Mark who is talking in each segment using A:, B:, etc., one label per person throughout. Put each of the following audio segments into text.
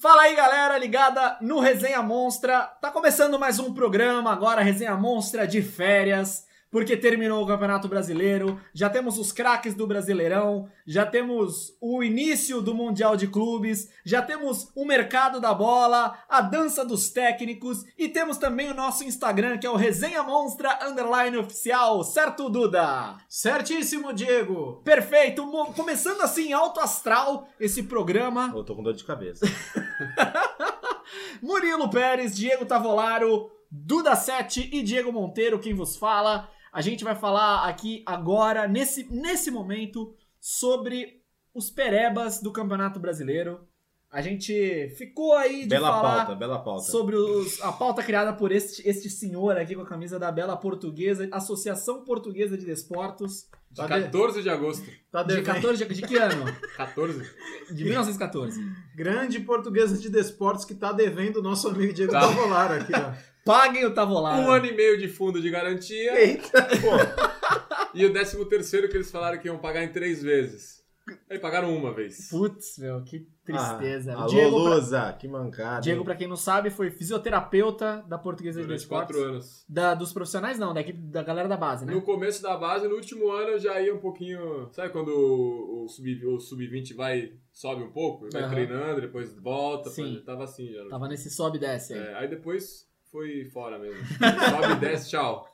A: Fala aí, galera, ligada no Resenha Monstra. Tá começando mais um programa agora, Resenha Monstra de férias, porque terminou o Campeonato Brasileiro, já temos os craques do Brasileirão, já temos o início do Mundial de Clubes, já temos o mercado da bola, a dança dos técnicos e temos também o nosso Instagram, que é o Resenha Monstra Underline Oficial, certo, Duda?
B: Certíssimo, Diego!
A: Perfeito, mo- começando assim, alto astral, esse programa.
C: Eu tô com dor de cabeça.
A: Murilo Pérez, Diego Tavolaro, Duda Sete e Diego Monteiro, quem vos fala. A gente vai falar aqui agora, nesse, nesse momento, sobre os perebas do Campeonato Brasileiro. A gente ficou aí de
C: bela
A: falar
C: pauta, bela pauta.
A: sobre os- a pauta criada por este, este senhor aqui com a camisa da Bela Portuguesa, Associação Portuguesa de Desportos,
B: Tá,
D: De 14 de agosto.
B: tá
A: de
B: devendo.
A: 14 de, de que ano?
D: 14?
A: De 1914.
B: Grande portuguesa de desportos que tá devendo o nosso amigo Diego
D: Tá.
B: Tavolaro aqui, ó.
A: Paguem o Tavolaro.
D: Um ano e meio de fundo de garantia
B: Eita!
C: Ah,
D: e o 13 terceiro que eles falaram que iam pagar em três vezes. Aí pagaram uma vez.
A: Putz, meu, que tristeza.
C: Ah, alô,
A: Diego, pra-
C: Lusa, que mancada.
A: Diego, pra quem não sabe, foi fisioterapeuta da Portuguesa de
D: Durante quatro
A: Esportes.
D: anos.
A: Da, dos profissionais não, da, equipe- da galera da base, né?
D: No começo da base, no último ano eu já ia um pouquinho. Sabe quando o, o sub- o sub-20 vai, sobe um pouco? Vai
A: Aham.
D: treinando, depois volta.
A: Sim.
D: Pô, tava assim já.
A: Tava nesse sobe e desce aí.
D: É, aí depois foi fora mesmo. Sobe e desce, tchau.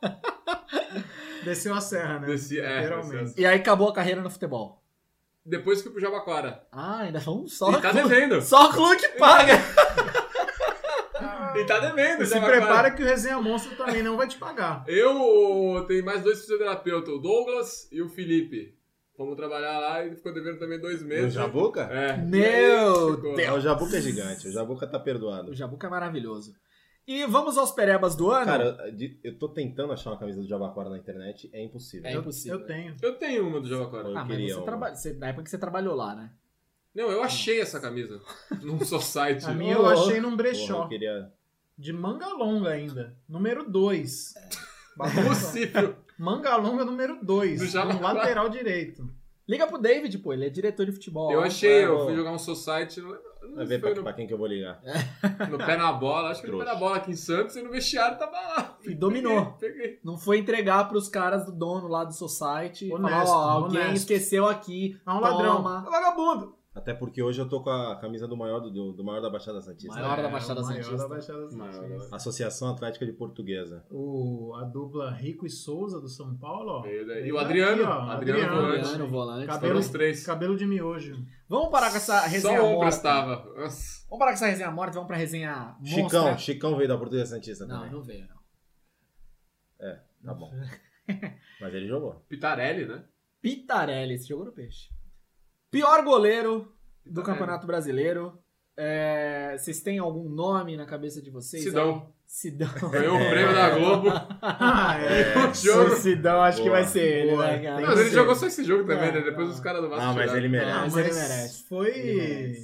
B: Desceu a serra, né?
D: Desci- é,
B: Literalmente.
D: desceu
A: E aí acabou a carreira no futebol.
D: Depois fui pro Jabaquara.
A: Ah, ainda um só.
D: E tá
A: clube-
D: devendo.
A: Só o clube que paga.
D: E tá devendo,
B: Se
D: Jabaquara.
B: prepara que o Resenha Monstro também não vai te pagar.
D: Eu tenho mais dois fisioterapeutas, o Douglas e o Felipe. Vamos trabalhar lá e ficou devendo também dois
C: O
D: meses.
C: Jabuca?
D: É.
A: Meu
D: Ficou.
C: É,
A: Deus.
C: o Jabuca é gigante, o Jabuca tá perdoado.
A: O Jabuca é maravilhoso. E vamos aos perebas do ano?
C: Cara, de- eu tô tentando achar uma camisa do Jabaquara na internet, é impossível.
A: é
B: eu-
A: impossível.
B: Eu tenho.
D: Eu tenho uma do Jabaquara.
C: eu
A: ah, mas
C: queria
A: você
C: uma.
A: trabalha. você- Na época que você trabalhou lá, né?
D: Não, eu achei essa camisa num só site.
B: A minha
A: Ô,
B: eu achei num
C: Porra,
B: brechó.
C: eu queria...
B: De manga longa ainda. Número 2.
A: é
D: Possível.
B: Manga longa número
D: Do
B: 2.
D: Jabaquara.
B: No lateral direito.
A: Liga pro David, pô, ele é diretor de futebol.
D: Eu achei, eu
C: bom.
D: fui jogar um só site. Não lembro
C: Vai
D: se
C: ver
D: foi
C: pra,
D: no,
C: pra quem que eu vou ligar.
A: É.
D: no pé na bola. Acho que no pé
C: Trouxa.
D: na bola aqui em Santos e no vestiário tava lá.
A: E dominou.
D: Peguei.
A: Não foi entregar pros caras do dono lá do society. e falar,
B: Honesto,
A: ó, alguém
B: honesto.
A: esqueceu aqui.
B: É um
A: Toma.
B: ladrão. É vagabundo.
C: Até porque hoje eu tô com a camisa do maior, do, do- do maior da Baixada Santista.
A: Maior da
B: É,
A: Baixada
B: o maior
A: Santista.
B: da Baixada
D: Maior
B: Santista.
C: Associação Atlética de Portuguesa.
B: O, a dupla Rico e Souza do São Paulo, ó.
D: Veio daí. E
B: Veio
D: o
B: daqui,
D: Adriano,
B: ó,
D: Adriano volante.
A: Adriano, volante. tá
B: Cabelo-
D: Foram os três.
B: Cabelo de miojo.
A: Vamos parar com essa resenha
D: Só um
A: morta.
D: prestava. Nossa.
A: Vamos parar com essa resenha morta, vamos pra resenha
C: Chicão,
A: monstra.
C: Chicão veio da Portuguesa Santista
A: Não,
C: também.
A: não veio, não.
C: Tá bom. Mas ele jogou.
D: Pitarelli, né?
A: Pitarelli, esse jogou no peixe. Pior goleiro do
D: Pitarelli.
A: Campeonato Brasileiro. É, vocês têm algum nome na cabeça de vocês?
D: Sidão.
A: Sidão.
D: Ganhou o prêmio da Globo.
B: Ah, é.
C: É,
D: O jogo.
A: O Sidão, acho que
C: Boa.
A: vai ser ele,
B: Boa.
A: né, cara?
D: Não, mas ele
B: Sim.
D: jogou só esse jogo também,
A: Não,
D: né? Depois
A: não.
D: os caras do Vasco.
C: Ah, mas
D: tiraram.
C: ele
B: Ah,
C: merece.
A: mas ele merece. Ele merece.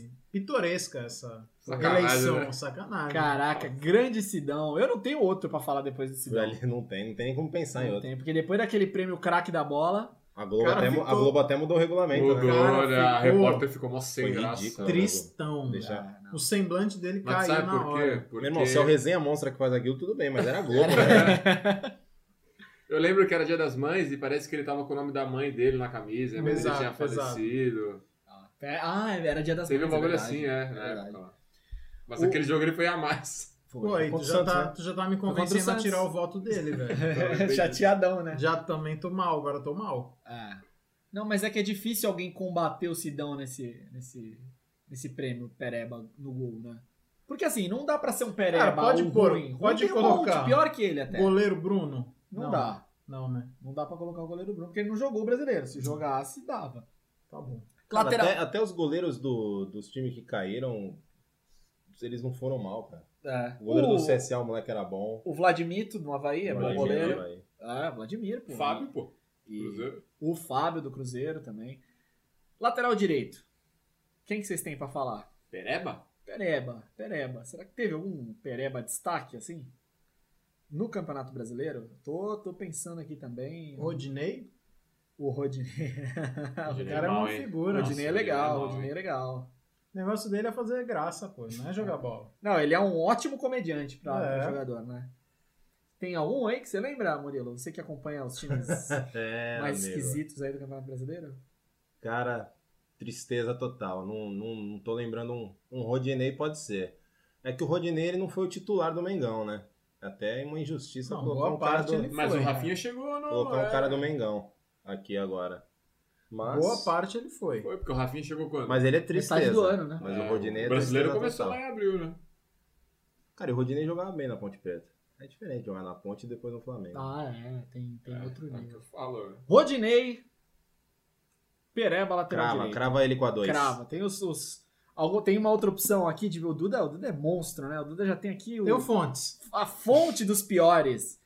B: Foi pitoresca essa
D: Sacanagem,
B: eleição,
D: né?
B: sacanagem.
A: Caraca, grande Sidão. Eu não tenho outro pra falar depois do Sidão.
C: Ali não tem, não tem nem como pensar em
A: Não
C: outro.
A: tem, porque depois daquele prêmio craque da bola,
C: A Globo,
B: Cara,
C: até, mu-
B: ficou-
C: a Globo até mudou o regulamento, né?
D: Mudou,
B: Cara,
D: olha, a
B: ficou-
D: repórter ficou mó sem
C: Foi
D: graça.
C: ridículo.
B: Tristão.
C: Deixa- Já.
A: ah, não.
B: O semblante dele
D: Mas
B: caiu
D: sabe
B: na
D: por
B: hora.
D: quê? Porque
C: Meu irmão, se é o Resenha Monstra que faz aquilo, tudo bem, mas era a Globo, né?
D: eu lembro que era dia das mães e parece que ele tava com o nome da mãe dele na camisa, mas ele
B: Exato,
D: tinha
B: exato.
D: falecido.
A: É, ah, era dia das
D: Teve um
A: Mães, é
D: bagulho
A: verdade.
D: assim, é, na
A: verdade.
D: época lá. Mas
A: O-
D: aquele jogo ele foi a mais.
B: Pô,
A: é
C: Foi
B: aí tu
C: contra o
B: já,
C: Santos,
B: tá,
C: né?
B: tu já tá me
A: contra o
B: convencendo a
A: Santos.
B: tirar o voto dele, velho.
D: Então,
A: Chateadão, né?
B: já também tô mal, agora tô mal.
A: Ah. Não, mas é que é difícil alguém combater o Sidão nesse, nesse, nesse prêmio Pereba no gol, né? Porque assim, não dá pra ser um Pereba
B: Cara, pode
A: ou
B: pôr,
A: ruim.
B: pode
A: Ruim tem um
B: colocar.
A: monte, pior que ele até.
B: Goleiro Bruno?
A: É. Não, dá.
B: Não, né?
A: Não dá pra colocar o goleiro Bruno, porque ele não jogou o brasileiro. Se jogasse, dava.
B: Tá bom.
C: Cara,
A: Lateral.
C: Até, até os goleiros do- dos times que caíram, eles não foram mal, cara.
A: É.
C: O goleiro
A: o,
C: do CSA, o moleque era bom.
A: o Vladimir do Havaí é bom
C: Vladimir,
A: goleiro.
C: aí.
A: Ah, Vladimir, pô.
D: Fábio, pô.
A: E-
D: Cruzeiro.
A: O Fábio do Cruzeiro também. Lateral direito. Quem que vocês têm pra falar?
D: Pereba?
A: Pereba, Pereba. Será que teve algum Pereba destaque assim? No Campeonato Brasileiro? Tô, tô pensando aqui também.
B: Rodinei?
A: O Rodinei.
B: O
D: Rodinei
B: cara é
D: mal,
B: uma
D: hein?
B: figura.
A: O
D: Nossa,
A: Rodinei é legal, o
D: Rodinei
A: Rodinei é legal.
B: O negócio dele é fazer graça, pô, não é jogar bola.
A: Não, ele é um ótimo comediante pra, pra
B: É.
A: jogador, né? Tem algum aí que você lembra, Murilo? Você que acompanha os times
C: É,
A: mais
C: meu.
A: esquisitos aí do Campeonato Brasileiro?
C: Cara, tristeza total. Não, não, não tô lembrando um, um Rodinei, pode ser. É que o Rodinei ele não foi o titular do Mengão, né? Até é uma injustiça
B: Não,
C: colocar
B: boa
C: um cara
B: parte
C: do,
B: ele-
D: Mas
B: Foi,
D: o
B: né?
D: Rafinha chegou no.
C: colocar um
D: é,
C: cara do Mengão aqui agora. Mas,
B: Boa parte ele foi.
D: Foi, porque o Rafinha chegou quando?
C: mas ele é tristeza.
A: Metade do ano, né?
C: Mas
D: É,
C: o Rodinei é
D: brasileiro
C: tristeza
D: começou
C: total.
D: lá em abril, né?
C: Cara, e o Rodinei jogava bem na Ponte Preta. É diferente jogar na Ponte e depois no Flamengo.
A: Ah, é, tem, tem outro
D: É o que
A: nível.
D: eu falo, né?
A: Rodinei, Pereba, lateral
C: crava,
A: direito.
C: crava ele com a dois.
A: Crava. Tem os... os- algo- tem uma outra opção aqui de o Duda, o Duda é monstro, né? O Duda já tem aqui o-
B: Tem um o Fontes.
A: a fonte dos piores.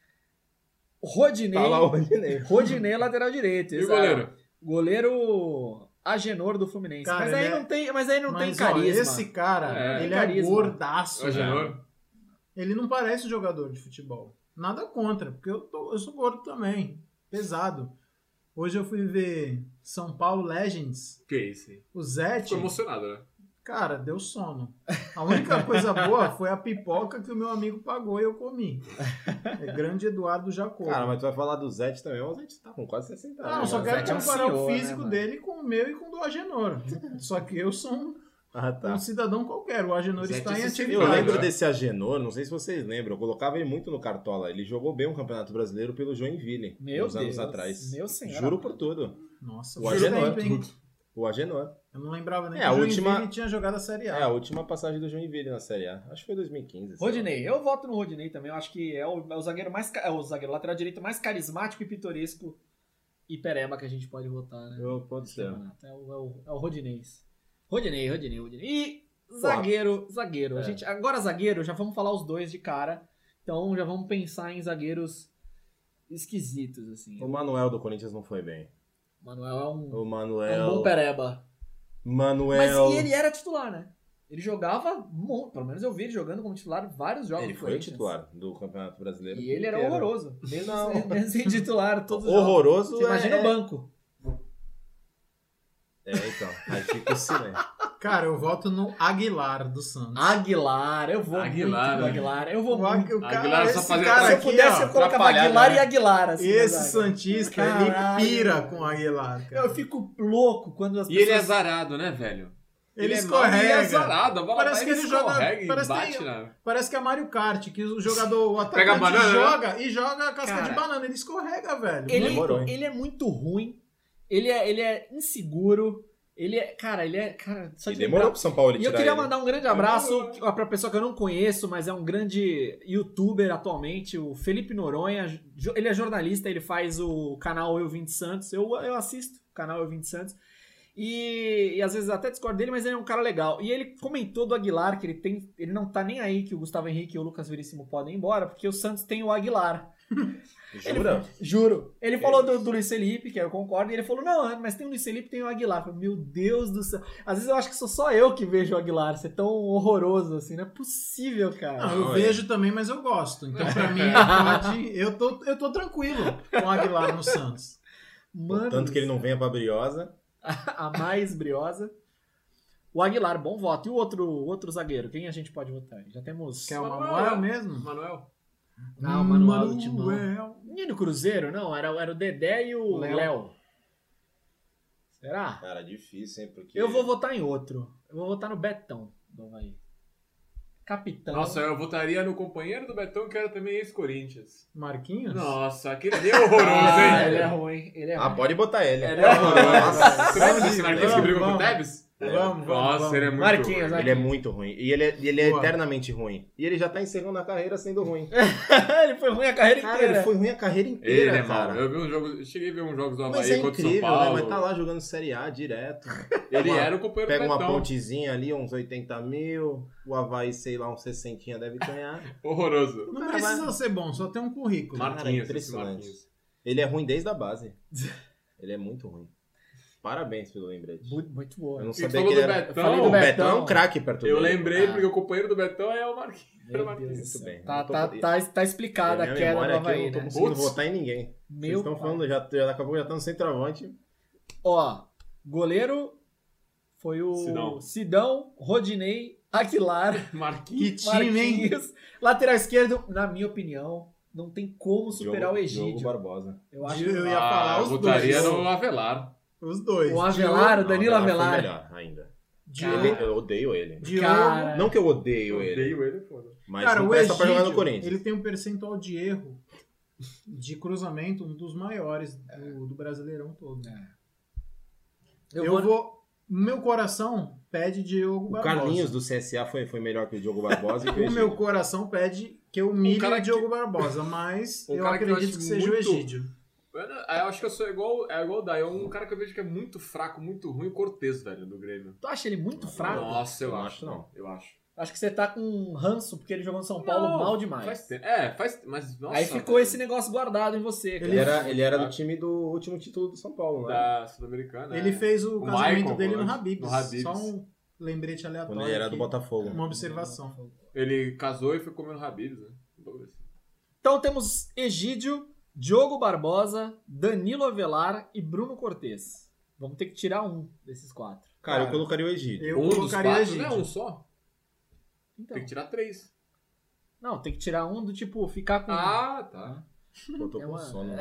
A: Rodinei,
C: Tá lá o Rodinei.
A: Rodinei lateral direito.
D: E o
A: exato.
D: goleiro?
A: Goleiro Agenor do Fluminense.
B: Cara,
A: mas aí
B: ele é-
A: não tem, mas aí não tem
B: Mas, ó,
A: carisma.
B: esse cara,
D: É.
B: ele
A: Tem carisma.
B: é gordaço.
D: O
B: cara.
D: Agenor?
B: Ele não parece jogador de futebol. Nada contra, porque eu, tô- eu sou gordo também. Pesado. Hoje eu fui ver São Paulo Legends.
D: Que isso, hein?
B: O Zete,
D: Ficou emocionado, né?
B: cara, deu sono. A única coisa boa foi a pipoca que o meu amigo pagou e eu comi. É grande Eduardo Jacob.
C: Cara, mas tu vai falar do Zete também, mas o Zete tá com quase 60 anos.
B: Não, eu só
C: né?
B: quero
A: Zete é um
B: comparar
A: senhor,
B: o
A: né,
B: físico
A: mano?
B: dele com o meu e com o do Agenor. Só que eu sou um,
C: Ah, tá.
B: um cidadão qualquer. O Agenor
D: Zete
B: está em
D: assistiu
C: Eu
D: Claro,
B: atividade.
C: lembro
D: né?
C: desse Agenor, não sei se vocês lembram, eu colocava ele muito no Cartola. Ele jogou bem o Campeonato Brasileiro pelo Joinville,
A: Meu
C: uns
A: Deus.
C: anos atrás.
A: Meu senhor.
C: Juro por tudo.
B: Nossa,
C: O
B: faz
C: Agenor
B: tempo,
C: é
B: hein?
C: O Agenor.
B: Eu não lembrava nem
C: É,
B: que
C: a
B: o
C: última-
B: Joinville tinha jogado a Série
C: É
B: A.
C: a última passagem do Joinville na Série A. Acho que foi 2015. sei lá.
A: Rodinei, eu voto no Rodinei também. Eu acho que é o, é o zagueiro mais ca- é o zagueiro lateral direito mais carismático e pitoresco e pereba que a gente pode votar, né?
C: Eu, pode
A: Esse
C: ser.
A: campeonato. É o, é o, é o Rodinês. Rodinei, Rodinei, Rodinei. E zagueiro, zagueiro. A
C: É.
A: gente, agora zagueiro, já vamos falar os dois de cara. Então já vamos pensar em zagueiros esquisitos, assim.
C: O Manuel do Corinthians não foi bem.
A: O Manuel é um,
C: O
A: é um
C: Manuel.
A: bom pereba. Mas
C: Manuel.
A: e ele era titular, né? Ele jogava, mu- pelo menos eu vi ele jogando como titular vários jogos.
C: Ele
A: do
C: foi o
A: Corinthians.
C: titular do Campeonato Brasileiro.
A: E ele era
C: inteiro.
A: horroroso. Mesmo,
C: Não.
A: sem- mesmo sem titular, todos os jogos.
C: Horroroso.
A: Você imagina
C: é...
A: o banco.
C: É, então. Aí fica o silêncio.
B: Cara, eu voto no Aguilar do Santos.
A: Ah, Aguilar, eu vou
D: Aguilar,
A: muito no
D: né?
A: Aguilar. Eu vou
B: O Ag-
A: muito.
B: o cara,
D: Aguilar só
B: esse
D: fazia-
B: cara
A: Se eu
B: aqui,
A: pudesse,
B: ó,
A: eu colocava
C: atrapalhado,
A: Aguilar
C: né?
A: e Aguilar. Assim, na
B: Esse
A: zaga.
B: Santista,
A: Caralho.
B: ele pira com o Aguilar, cara.
A: Eu fico louco quando as
D: E ele é
A: pessoas...
D: azarado, né, velho?
B: Ele,
D: é mal- Ele é
B: escorrega.
D: azarado. A bola vai,
B: Parece que ele joga-
D: escorrega e
B: parece que
D: bate
B: tem-
D: na...
B: Parece que é Mario Kart, que o jogador, o
D: Pega a
B: atacante
D: banana, né?
B: joga e joga a casca
A: Cara.
B: de banana. Ele escorrega, velho.
A: Ele,
C: Demorou, hein?
A: ele é muito ruim. Ele é, ele é inseguro. Ele é... Cara, ele é... Cara, só
C: E
A: de
C: demorou
A: lembrar-
C: pro São Paulo ele
A: E eu
C: tirar
A: queria
C: ele.
A: mandar um grande abraço pra pessoa que eu não conheço, mas é um grande youtuber atualmente, o Felipe Noronha. Jo- Ele é jornalista, ele faz o canal Eu Vim de Santos. Eu, eu assisto o canal Eu Vim de Santos. E, e às vezes até discordo dele, mas ele é um cara legal. E ele comentou do Aguilar que ele tem. Ele não tá nem aí que o Gustavo Henrique e o Lucas Veríssimo podem ir embora, porque o Santos tem o Aguilar.
C: Jura?
A: Juro. Ele falou do, do Luiz Felipe, que eu concordo, e ele falou: não, é, mas tem o Luiz Felipe tem o Aguilar. Eu falei, Meu Deus do céu. Às vezes eu acho que sou só eu que vejo o Aguilar ser tão horroroso assim. Não é possível, cara.
B: Não, eu
C: Não, é.
B: vejo também, mas eu gosto. Então, pra mim, pode... eu, tô, eu tô tranquilo com o Aguilar no Santos.
A: Mano,
C: Tanto que ele não venha pra Briosa.
A: a mais briosa. O Aguilar, bom voto. E o outro, o outro zagueiro? Quem a gente pode votar? aí? Já temos.
B: Quer é o
D: É Manuel.
B: Manuel mesmo?
D: Manuel.
A: Ah, o Manuel do Timão.
B: Manuel.
A: Ninguém no Cruzeiro, não? Era, era o Dedé e o
B: Léo.
A: Léo. Será?
C: Cara, difícil, hein? Porque.
A: Eu vou votar em outro. Eu vou votar no Betão do Havaí.
B: Então-
A: Capitão.
D: Nossa, eu votaria no companheiro do Betão, que era também ex-Corinthians.
B: Marquinhos?
D: Nossa, aquele ali é horroroso,
A: Ah, ele é
D: hein?
A: ruim. Ele é
C: Ah,
A: ruim.
C: pode botar ele.
D: Ele é horroroso.
B: Nossa.
D: Você lembra desse Marquinhos que
B: Vamos,
D: brigou com o
B: vamos.
D: Tevez?
B: Vamos, vamos,
D: Nossa,
B: vamos.
D: ele é muito
A: Marquinhos,
D: ruim.
A: né?
C: Ele é muito ruim. E ele é, e ele é
B: Boa.
C: eternamente ruim. E ele já tá encerrando a carreira sendo ruim.
A: ele é foi ruim a carreira
C: Cara,
A: inteira.
C: ele foi ruim a carreira
D: Ele
C: inteira,
D: é
C: cara.
D: mau. Eu vi um jogo, eu cheguei a ver uns jogos do Havaí
C: Mas é
D: contra o São
C: incrível, né?
D: Paulo.
C: Mas tá lá jogando Série A direto.
D: Ele
C: Uma-
D: era o companheiro
C: Pega
D: do
C: uma
D: Betão.
C: pontezinha ali, uns 80 mil. O Havaí, sei lá, uns 60 deve ganhar.
D: Horroroso.
B: Não precisa ser bom, só tem um currículo.
C: Mar-
D: Marquinhos, esse
C: impressionante.
D: Marquinhos.
C: Ele é ruim desde a base. Ele é muito ruim. Parabéns pelo lembrete.
A: é Muito, muito boa.
C: Eu não
D: E
C: sabia
D: falou
C: que ele
D: do
C: era...
D: Betão.
A: Eu falei do
C: O Betão é
A: Betão.
C: um craque perto
D: Eu
C: dele.
D: lembrei,
A: Ah.
D: porque o companheiro do Betão é o Marquinhos.
A: Meu
D: Marquinhos.
A: Deus do
C: Muito
A: céu.
C: bem.
A: Tá,
C: Eu tô-
A: tá, tá, tá explicada
C: É Minha
A: a queda
C: memória
A: do
C: aqui, eu
A: Havaí,
C: não tô
A: né?
C: conseguindo
D: Putz.
C: votar em ninguém. Vocês
A: Meu
C: estão
A: pai.
C: falando, já, já, daqui a pouco já tá no centroavante.
A: Ó, goleiro Foi o
D: Sidão.
A: Sidão Rodinei, Aquilar,
B: Que
D: Marquinhos.
B: time, hein?
A: Marquinhos. Lateral esquerdo, na minha opinião, não tem como superar o é Egídio.
C: Diogo Barbosa.
A: Eu acho
B: Eu
A: que
B: ia falar os
D: eu Ah, votaria
B: dois.
D: no Avelar.
B: Os dois.
A: o Avelar, o Danilo
C: Não, o Avelar foi
A: Avelar.
C: melhor ainda.
B: Diogo,
C: Ele- eu odeio ele.
B: Diogo-
A: Cara,
C: Não que eu odeio
D: Eu
C: ele,
D: odeio ele, foda.
C: mas
B: Cara,
C: não
B: o
C: presta pra jogar no
B: Egídio,
C: Corinthians.
B: ele tem um percentual de erro de cruzamento, um dos maiores
D: É.
B: do, do Brasileirão todo. né? Eu, vou... Meu coração pede Diogo
C: O
B: é Barbosa.
C: Carlinhos do CSA foi, foi melhor que o Diogo Barbosa e que o
B: O meu
C: Egídio.
B: coração pede que eu humilhe
D: Um cara
B: o
D: que-
B: Diogo Barbosa, mas
D: Um
B: eu
D: cara que eu
B: acredito que,
D: acho
B: seja o
D: muito-
B: Egídio.
D: Eu, eu acho que eu sou igual, é igual o Day. É um cara que eu vejo que é muito fraco, muito ruim, Cortez, velho, do Grêmio.
A: Tu acha ele muito fraco?
D: Nossa, eu,
C: Eu
D: acho.
C: acho não.
D: Eu acho.
A: Acho que você tá com ranço porque ele jogou no São Paulo
D: Não,
A: mal demais.
D: Faz tempo. É, faz. Mas, nossa,
A: Aí ficou
D: velho.
A: esse negócio guardado em você, cara.
C: Ele era, ele era do time do último título do São Paulo, né?
D: da Sul-Americana.
B: Ele
D: é.
B: fez
D: O
B: o, casamento
D: Michael,
B: dele
D: né?
B: no Habibs.
D: No Habib's.
B: Só um lembrete aleatório.
C: Quando ele era
B: aqui,
C: do Botafogo.
B: tá, é Uma observação.
D: Ele casou e foi comendo Habibs, né? Um bagulho assim.
A: Então temos Egídio, Diogo Barbosa, Danilo Avelar e Bruno Cortez. Vamos ter que tirar um desses quatro.
C: Cara, eu
B: Cara,
C: colocaria o Egídio.
B: Eu
D: um dos
B: colocaria
D: quatro,
C: né?
B: Egídio.
D: não é um só.
A: Então,
D: Tem que tirar três.
A: não, tem que tirar um do tipo ficar com.
D: Ah, tá.
C: Botou
A: É
C: com
A: uma-
C: sono.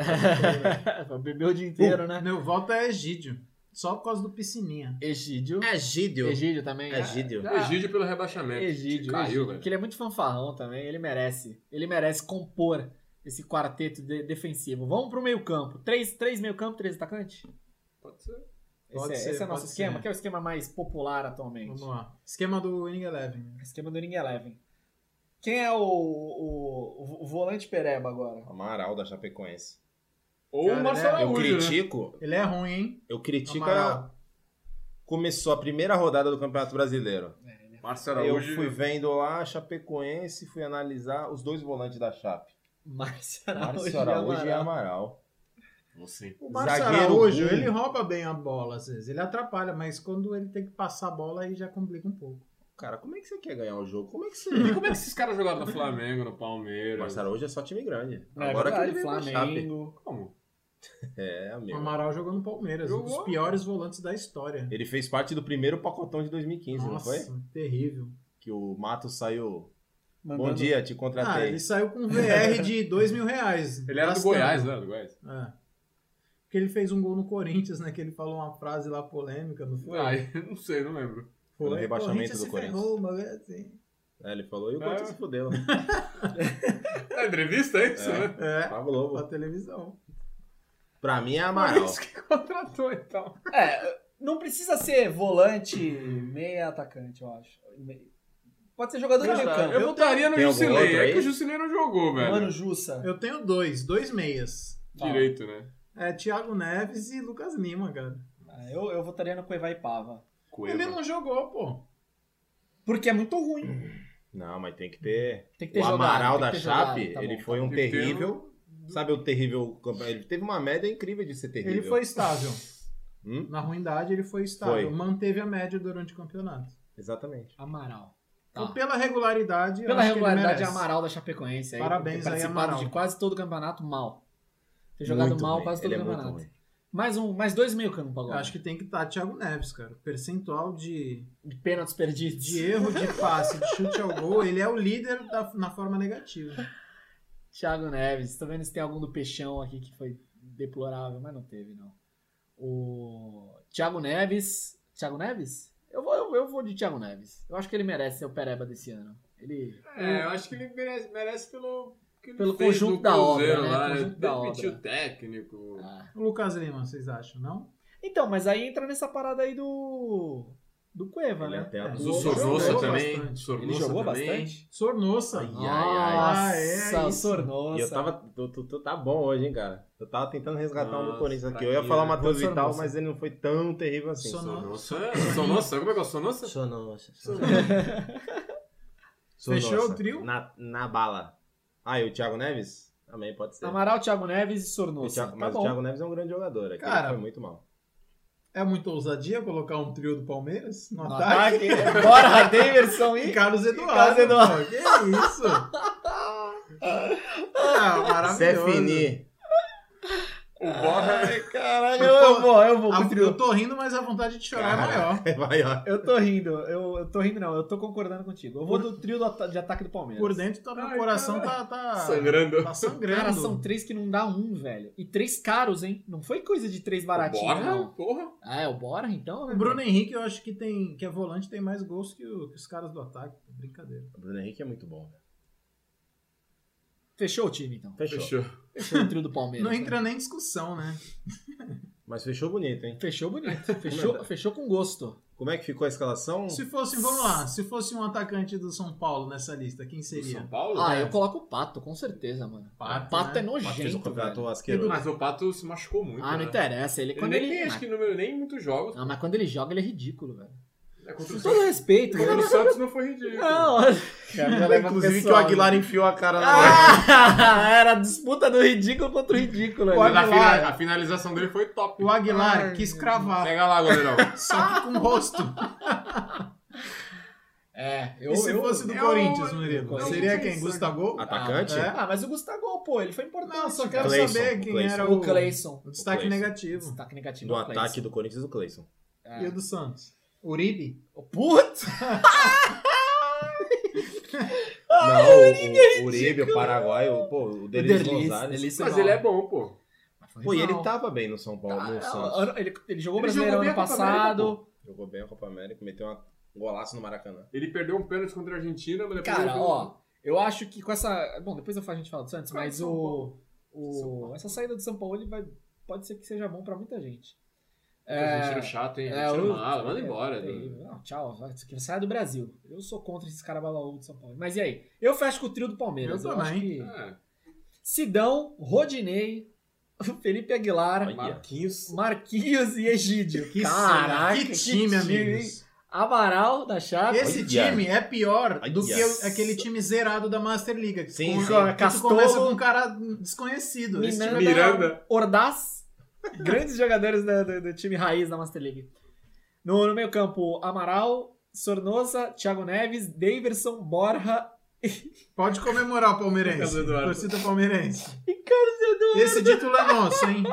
C: Um
A: Bebeu o dia inteiro, né?
B: Meu voto é Egídio. Só por causa do Piscininha.
A: Egídio.
C: Egídio.
A: Egídio também.
C: É, Egídio.
A: Ah,
D: Egídio pelo rebaixamento.
A: Egídio.
D: Caiu,
A: Egídio.
D: velho.
A: Porque ele é muito fanfarrão também, ele merece. Ele merece compor esse quarteto de- defensivo. Vamos pro meio-campo. Três, três meio-campo, três atacantes?
D: Pode ser.
A: Esse,
B: Pode
A: é,
B: ser,
A: esse é o nosso
B: pode
A: esquema,
B: ser.
A: que é o esquema mais popular atualmente.
B: Vamos lá. Esquema do Winning Eleven. né?
A: Esquema do Ring Eleven. Quem é o, o, o volante Pereba agora?
C: Amaral da Chapecoense.
D: Ou
B: Cara,
D: o Marcelo
B: né?
C: Eu
D: Araújo, né?
C: critico,
B: Ele é ruim, hein?
C: eu critico a...
B: Amaral.
C: Começou a primeira rodada do Campeonato Brasileiro.
D: Marcelo
C: Eu
D: Araújo.
C: fui vendo lá a Chapecoense, fui analisar os dois volantes da Chape.
A: Márcio Araújo.
C: Márcio
A: e
C: Araújo e
A: é Amaral.
C: Amaral.
D: Você.
B: O Márcio
C: Zagueiro
B: Araújo,
C: ruim.
B: ele rouba bem a bola às vezes. Ele atrapalha, mas quando ele tem que passar a bola, aí já complica um pouco.
C: Cara, como é que você quer ganhar o jogo? Como é que você...
D: E como é que esses caras jogaram no Flamengo, no
C: O
D: Palmeiras?
C: Marcelo Araújo é só time grande.
A: É
C: Agora que
A: verdade,
C: ele veio pra Chape.
A: Flamengo.
D: Como?
C: É,
B: O
C: amigo.
B: Amaral jogou no Palmeiras, um dos
D: Jogou.
B: piores volantes da história.
C: Ele fez parte do primeiro pacotão de 2015, não
B: Nossa,
C: foi?
B: terrível.
C: Que o Matos saiu.
A: Mandando-
C: Bom dia, te
B: Ah,
C: contratei.
B: ele saiu com um VR de dois mil reais.
D: Ele era do
B: Gastando.
D: Goiás, né? Do Goiás.
B: É. Porque ele fez um gol no Corinthians, né? Que ele falou uma frase lá polêmica, não foi?
D: Ah, eu não sei, não lembro.
B: foi
C: pelo rebaixamento do
B: se
C: Corinthians.
B: ferrou, uma vez assim.
C: É, ele falou, e o Corinthians
D: É.
C: se fudeu.
D: É entrevista, é isso,
C: É.
D: né?
B: É,
C: Pra Globo.
B: pra televisão.
C: Pra mim é
D: Por
C: Amaral.
D: isso que contratou, então.
A: É, não precisa ser volante, meia atacante, eu acho. Me- Pode ser jogador de
D: Cara,
A: meio
D: eu,
A: campo.
D: votaria no
C: Tem algum
D: Jusilei.
C: outro
D: É
C: aí?
D: que o Jusilei não jogou, velho.
A: Mano Jussa.
B: Eu tenho dois, dois meias.
D: Direito, né?
B: É Thiago Neves e Lucas Lima, cara.
A: Ah, Eu, eu votaria no Cueva e Pava.
B: Ele não jogou, pô.
A: Porque é muito ruim.
C: Não, mas tem que ter.
A: Tem que ter
C: O
A: jogado,
C: Amaral
A: tem
C: da
A: que ter jogado,
C: Chape,
A: tá bom.
C: ele foi um
D: Tem que ter
C: terrível. Sabe o terrível. campe- Ele teve uma média incrível de ser terrível.
B: Ele foi estável.
C: Hum?
B: Na ruindade, ele foi estável.
C: Foi.
B: Manteve a média durante o campeonato.
C: Exatamente.
A: Amaral. Tá.
B: Então, pela regularidade, eu
A: Pela
B: acho que ele
A: regularidade,
B: merece.
A: Amaral da Chapecoense. Aí,
B: Parabéns
A: ter
B: aí,
A: participado
B: Amaral.
A: de quase todo o campeonato mal. Ter jogado
C: Muito
A: mal
C: ruim.
A: quase todo o
C: Ele é muito
A: campeonato.
C: ruim.
A: mais, um, mais dois meio campo
B: Eu
A: agora.
B: acho que tem que estar Thiago Neves, cara. Percentual de,
A: De pênaltis perdidos.
B: de erro, de passe, de chute ao gol, ele é o líder da- na forma negativa.
A: Thiago Neves. Tô vendo se tem algum do Peixão aqui que foi deplorável, mas não teve, não. O Thiago Neves. Thiago Neves? Eu vou, eu, eu vou de Thiago Neves. Eu acho que ele merece ser o Pereba desse ano. Ele.
D: É, eu acho que ele merece, merece pelo. que ele
A: Pelo
D: fez
A: conjunto
D: no
A: da obra,
D: Cruzeiro
A: né?
D: Lá,
A: Conjunto da
D: Demitiu
A: obra.
D: o técnico.
A: Ah.
B: O Lucas Lima, vocês acham, não?
A: Então, mas aí entra nessa parada aí do. Do Cueva,
C: Ele
A: né?
C: até
B: É,
D: O
B: Jogou
D: Sornosa também.
B: bastante.
D: Sornosa
A: Ele jogou
D: também.
A: bastante.
B: Sornossa.
C: Ai,
A: Nossa,
B: Ah, é
A: o
B: isso.
A: Sornosa.
C: E eu tava. Tu, tu- tu tá bom hoje, hein, cara? Eu tava tentando resgatar um do
D: Nossa,
C: Corinthians aqui.
D: tá
C: Eu ia
D: aqui,
C: falar o
D: né?
C: Matheus
A: Vou
C: Vital,
A: Sonossa.
C: mas ele não foi tão terrível assim.
B: Sonossa.
D: Sornosa. Sornosa, como é que é o Sornosa?
C: Sonossa.
B: Fechou o trio?
C: Na, na bala. Ah, e o Thiago Neves? Também pode ser.
A: Amaral, Thiago Neves e
C: O
A: Sornosa.
C: Thiago-
A: Tá
C: mas
A: bom.
C: o Thiago Neves é um grande jogador. Aqui
B: Cara,
C: ele foi muito mal.
B: É muita ousadia colocar um trio do Palmeiras tá? no,
A: No
B: ataque?
A: ataque. Bora, Daverson
B: E
A: e.
B: Carlos Eduardo.
A: Carlos Eduardo.
B: pô, Que isso?
C: é
B: ah, maravilhoso.
C: Zé Fini.
D: O Borra. é-
C: Caralho,
A: Eu vou, eu vou
B: A-
A: com o
B: Ah, eu
A: trio.
B: tô rindo, mas a vontade de chorar é maior.
C: Vai, ó.
A: Eu tô rindo, eu, eu tô rindo não, eu tô concordando contigo. Eu vou do trio do ata- de ataque do Palmeiras.
B: Por dentro, tá,
D: Ai,
B: meu coração tá,
D: cara.
B: tá
D: Sangrando.
B: Tá sangrando.
A: Cara, são três que não dá um, velho. E três caros, hein? Não foi coisa de três baratinho,
D: Borra?
A: não.
D: Porra.
A: Ah, é o Bora, então? né,
B: O Bruno Henrique, eu acho que tem que é volante, tem mais gols que, o- que os caras do ataque. Brincadeira.
C: O Bruno Henrique é muito bom. velho.
A: Fechou o time, então.
C: Fechou.
D: Fechou.
A: Fechou o trio do Palmeiras.
B: Não entra
A: né?
B: nem discussão, né?
C: Mas fechou bonito, hein?
A: Fechou bonito. Fechou, fechou com gosto.
C: Como é que ficou a escalação?
B: Se fosse, vamos lá, se fosse um atacante do São Paulo nessa lista, quem
D: Do São
B: seria?
D: Paulo? né?
A: Ah, eu coloco o Pato, com certeza, mano.
B: Pato,
A: o Pato
B: né?
A: é
C: Pato fez um
A: nojento,
C: campeonato
A: velho.
C: asqueroso.
D: Mas o Pato se machucou muito.
A: Ah, não
D: né?
A: interessa. Ele,
D: Ele Ah.
A: quando
D: nem
A: ele...
D: tem, acho que, número, nem muitos jogos.
A: Não, mas quando ele joga, ele é ridículo, velho.
D: É contra o
A: Com
D: Santos.
A: todo respeito,
D: Contra o
A: velho.
D: Santos né? não foi ridículo.
A: Não,
C: Inclusive que o Aguilar enfiou a cara na.
A: Ah, era a disputa do ridículo contra o ridículo. né?
B: O
A: ali.
D: Mas a,
B: Aguilar.
D: fina- a finalização dele foi top.
B: O Aguilar
A: Ai,
B: quis cravar,
D: Pega lá, goleirão.
B: só que com o rosto.
A: É, eu,
B: e se
A: eu-
B: fosse do
D: eu-
B: Corinthians,
D: eu-
B: Murilo?
A: eu-
B: Seria
D: eu-
B: quem?
D: eu-
B: Gustavo?
C: Atacante?
B: Ah, é.
A: Ah, mas o Gustavo, pô, ele foi importante.
B: Não, só quero
C: Cleison,
B: saber quem
C: Cleison.
B: era
A: Ah, O
B: o,
A: Clayson.
B: o destaque
C: Cleison.
B: negativo.
A: Destaque negativo
C: Do
A: ao Clayson.
C: ataque do Corinthians e do Cleison.
A: É.
B: E o do Santos? Uribe?
A: Putz!
C: Não, o, o Uribe, o Paraguai, o, pô, o Delis
A: Delis,
C: Gonzalez.
A: Delis
D: Mas
A: mal.
D: ele é bom, pô.
A: Foi
C: Pô, e ele
A: mal.
C: tava bem no São Paulo, no Santos.
A: Ah, Ele, ele jogou o
D: Ele
A: Brasileirão
D: jogou bem
A: ano
D: a Copa América,
A: passado.
C: Jogou bem a Copa América, meteu uma- um golaço no Maracanã.
D: Ele perdeu um pênalti contra a Argentina, mas depois. ele
A: Cara,
D: deu- um
A: ó, eu acho que com essa. Bom, depois eu falo- a gente fala do Santos,
D: Vai,
A: mas
D: São
A: o,
D: Paulo. São
A: o.
D: Paulo.
A: Essa saída do São Paulo ele vai, pode ser que seja bom pra muita gente.
D: Argentino chato, hein? Argentino
A: o-
D: mala, manda
A: é,
D: embora.
A: é,
D: né?
A: não, tchau, vai, isso aqui sai do Brasil. Eu sou contra esses caras balaú de São Paulo. Mas e aí? Eu fecho com o trio do Palmeiras.
B: Eu
A: acho
B: também.
A: que
D: É,
A: Sidão, Rodinei, Felipe Aguilar,
C: Olha.
D: Marquinhos.
A: Marquinhos e Egídio.
B: Que,
A: Caraca,
B: que
A: hein?
B: time, amigos.
A: Amaral da Chave.
B: Esse
C: Olha.
B: time é pior do
C: Olha.
B: que o- aquele time zerado da Master League.
C: Sim,
B: com,
C: sim.
B: que tu
A: Castolo.
B: começa com um cara desconhecido. Esse time-
A: Miranda,
D: Miranda.
A: Ordaz, grandes jogadores da- do, do time raiz da Master League. No, no meio campo, Amaral, Sornosa, Thiago Neves, Daverson, Borja
B: é- Pode comemorar o palmeirense.
D: Carlos Eduardo.
B: Torcida palmeirense.
A: e Carlos Eduardo.
B: Esse título é nosso, hein?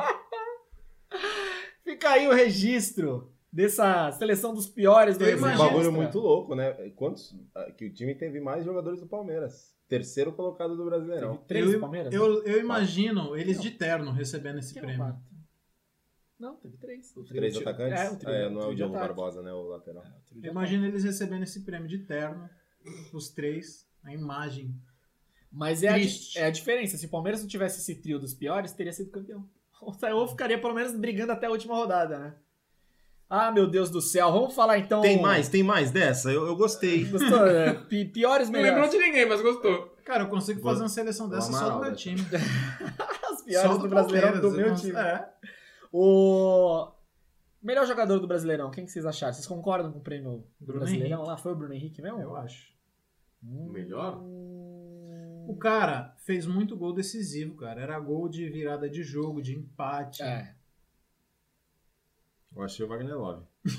A: Fica aí o registro dessa seleção dos piores do
B: Eu
C: Um
B: imagino,
A: Extra.
C: bagulho muito louco, né? Quantos. ah, Que o time teve mais jogadores do Palmeiras. Terceiro colocado do
A: Teve
C: Brasileirão.
A: três do Palmeiras? né?
B: Eu, eu imagino eles de terno recebendo esse
A: Quem é o
B: prêmio.
A: quarto? Não, teve três. O trio
C: Três
A: de-
C: atacantes?
A: É, o trio,
C: Ah,
A: o
C: não é
A: trio
C: o
A: de
C: Diogo
A: ataque.
C: Barbosa, né? O lateral.
A: É, o trio de
B: Eu imagino eles recebendo esse prêmio de terno. Os três, a imagem.
A: Mas é a,
B: Triste.
A: é a diferença. Se o Palmeiras não tivesse esse trio dos piores, teria sido campeão. O Taiwo ficaria pelo menos brigando até a última rodada, né? Ah, meu Deus do céu. Vamos falar então.
C: Tem mais, tem mais dessa? Eu, eu gostei.
A: Gostou? né? Pi- piores
D: Não lembrou
A: melhores.
D: de ninguém, mas gostou.
B: Cara, eu consigo
C: Vou-
B: fazer uma seleção
C: vou
B: dessa só do
C: Amaral,
B: meu
C: né?
B: time.
A: As
B: Só
A: piores do Brasileirão do
B: Palmeiras, eu
A: meu
B: cons-
A: time.
B: É.
A: O melhor jogador do Brasileirão, quem que vocês acharam? Vocês concordam com o prêmio do
B: Bruno
A: Brasileirão? Lá foi o Bruno Henrique mesmo?
B: Eu acho.
A: Hum.
D: Melhor?
B: O cara fez muito gol decisivo, cara. Era gol de virada de jogo, de empate.
A: É.
C: Eu achei o Wagner Love.
A: O-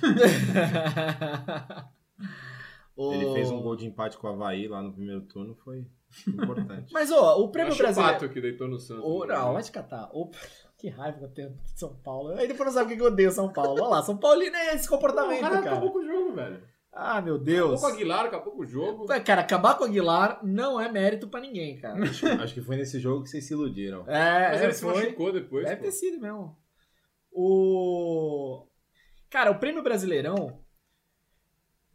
C: Ele fez um gol de empate com o Havaí lá no primeiro turno, foi importante.
A: Mas, ó, o prêmio
D: Acho que o
A: brasileiro.
D: Pato que deitou no Santos.
A: Ô, não, vai te catar. Ô, que raiva que eu tenho de São Paulo. Aí depois não sabe o que que eu odeio São Paulo. Olha lá, São Paulino é esse
D: Não,
A: comportamento,
D: cara, acabou
A: cara.
D: com o jogo, velho.
A: Ah, meu
D: Acabou
A: Deus.
D: com o Aguilar, acabou com o jogo.
A: Ué, Cara, acabar com o Aguilar não é mérito pra ninguém, cara.
C: Acho que foi nesse jogo que vocês se iludiram.
A: É,
D: Mas
A: é,
D: ele se
A: foi.
D: machucou depois.
A: Deve
D: pô.
A: ter sido mesmo. O. Cara, o prêmio Brasileirão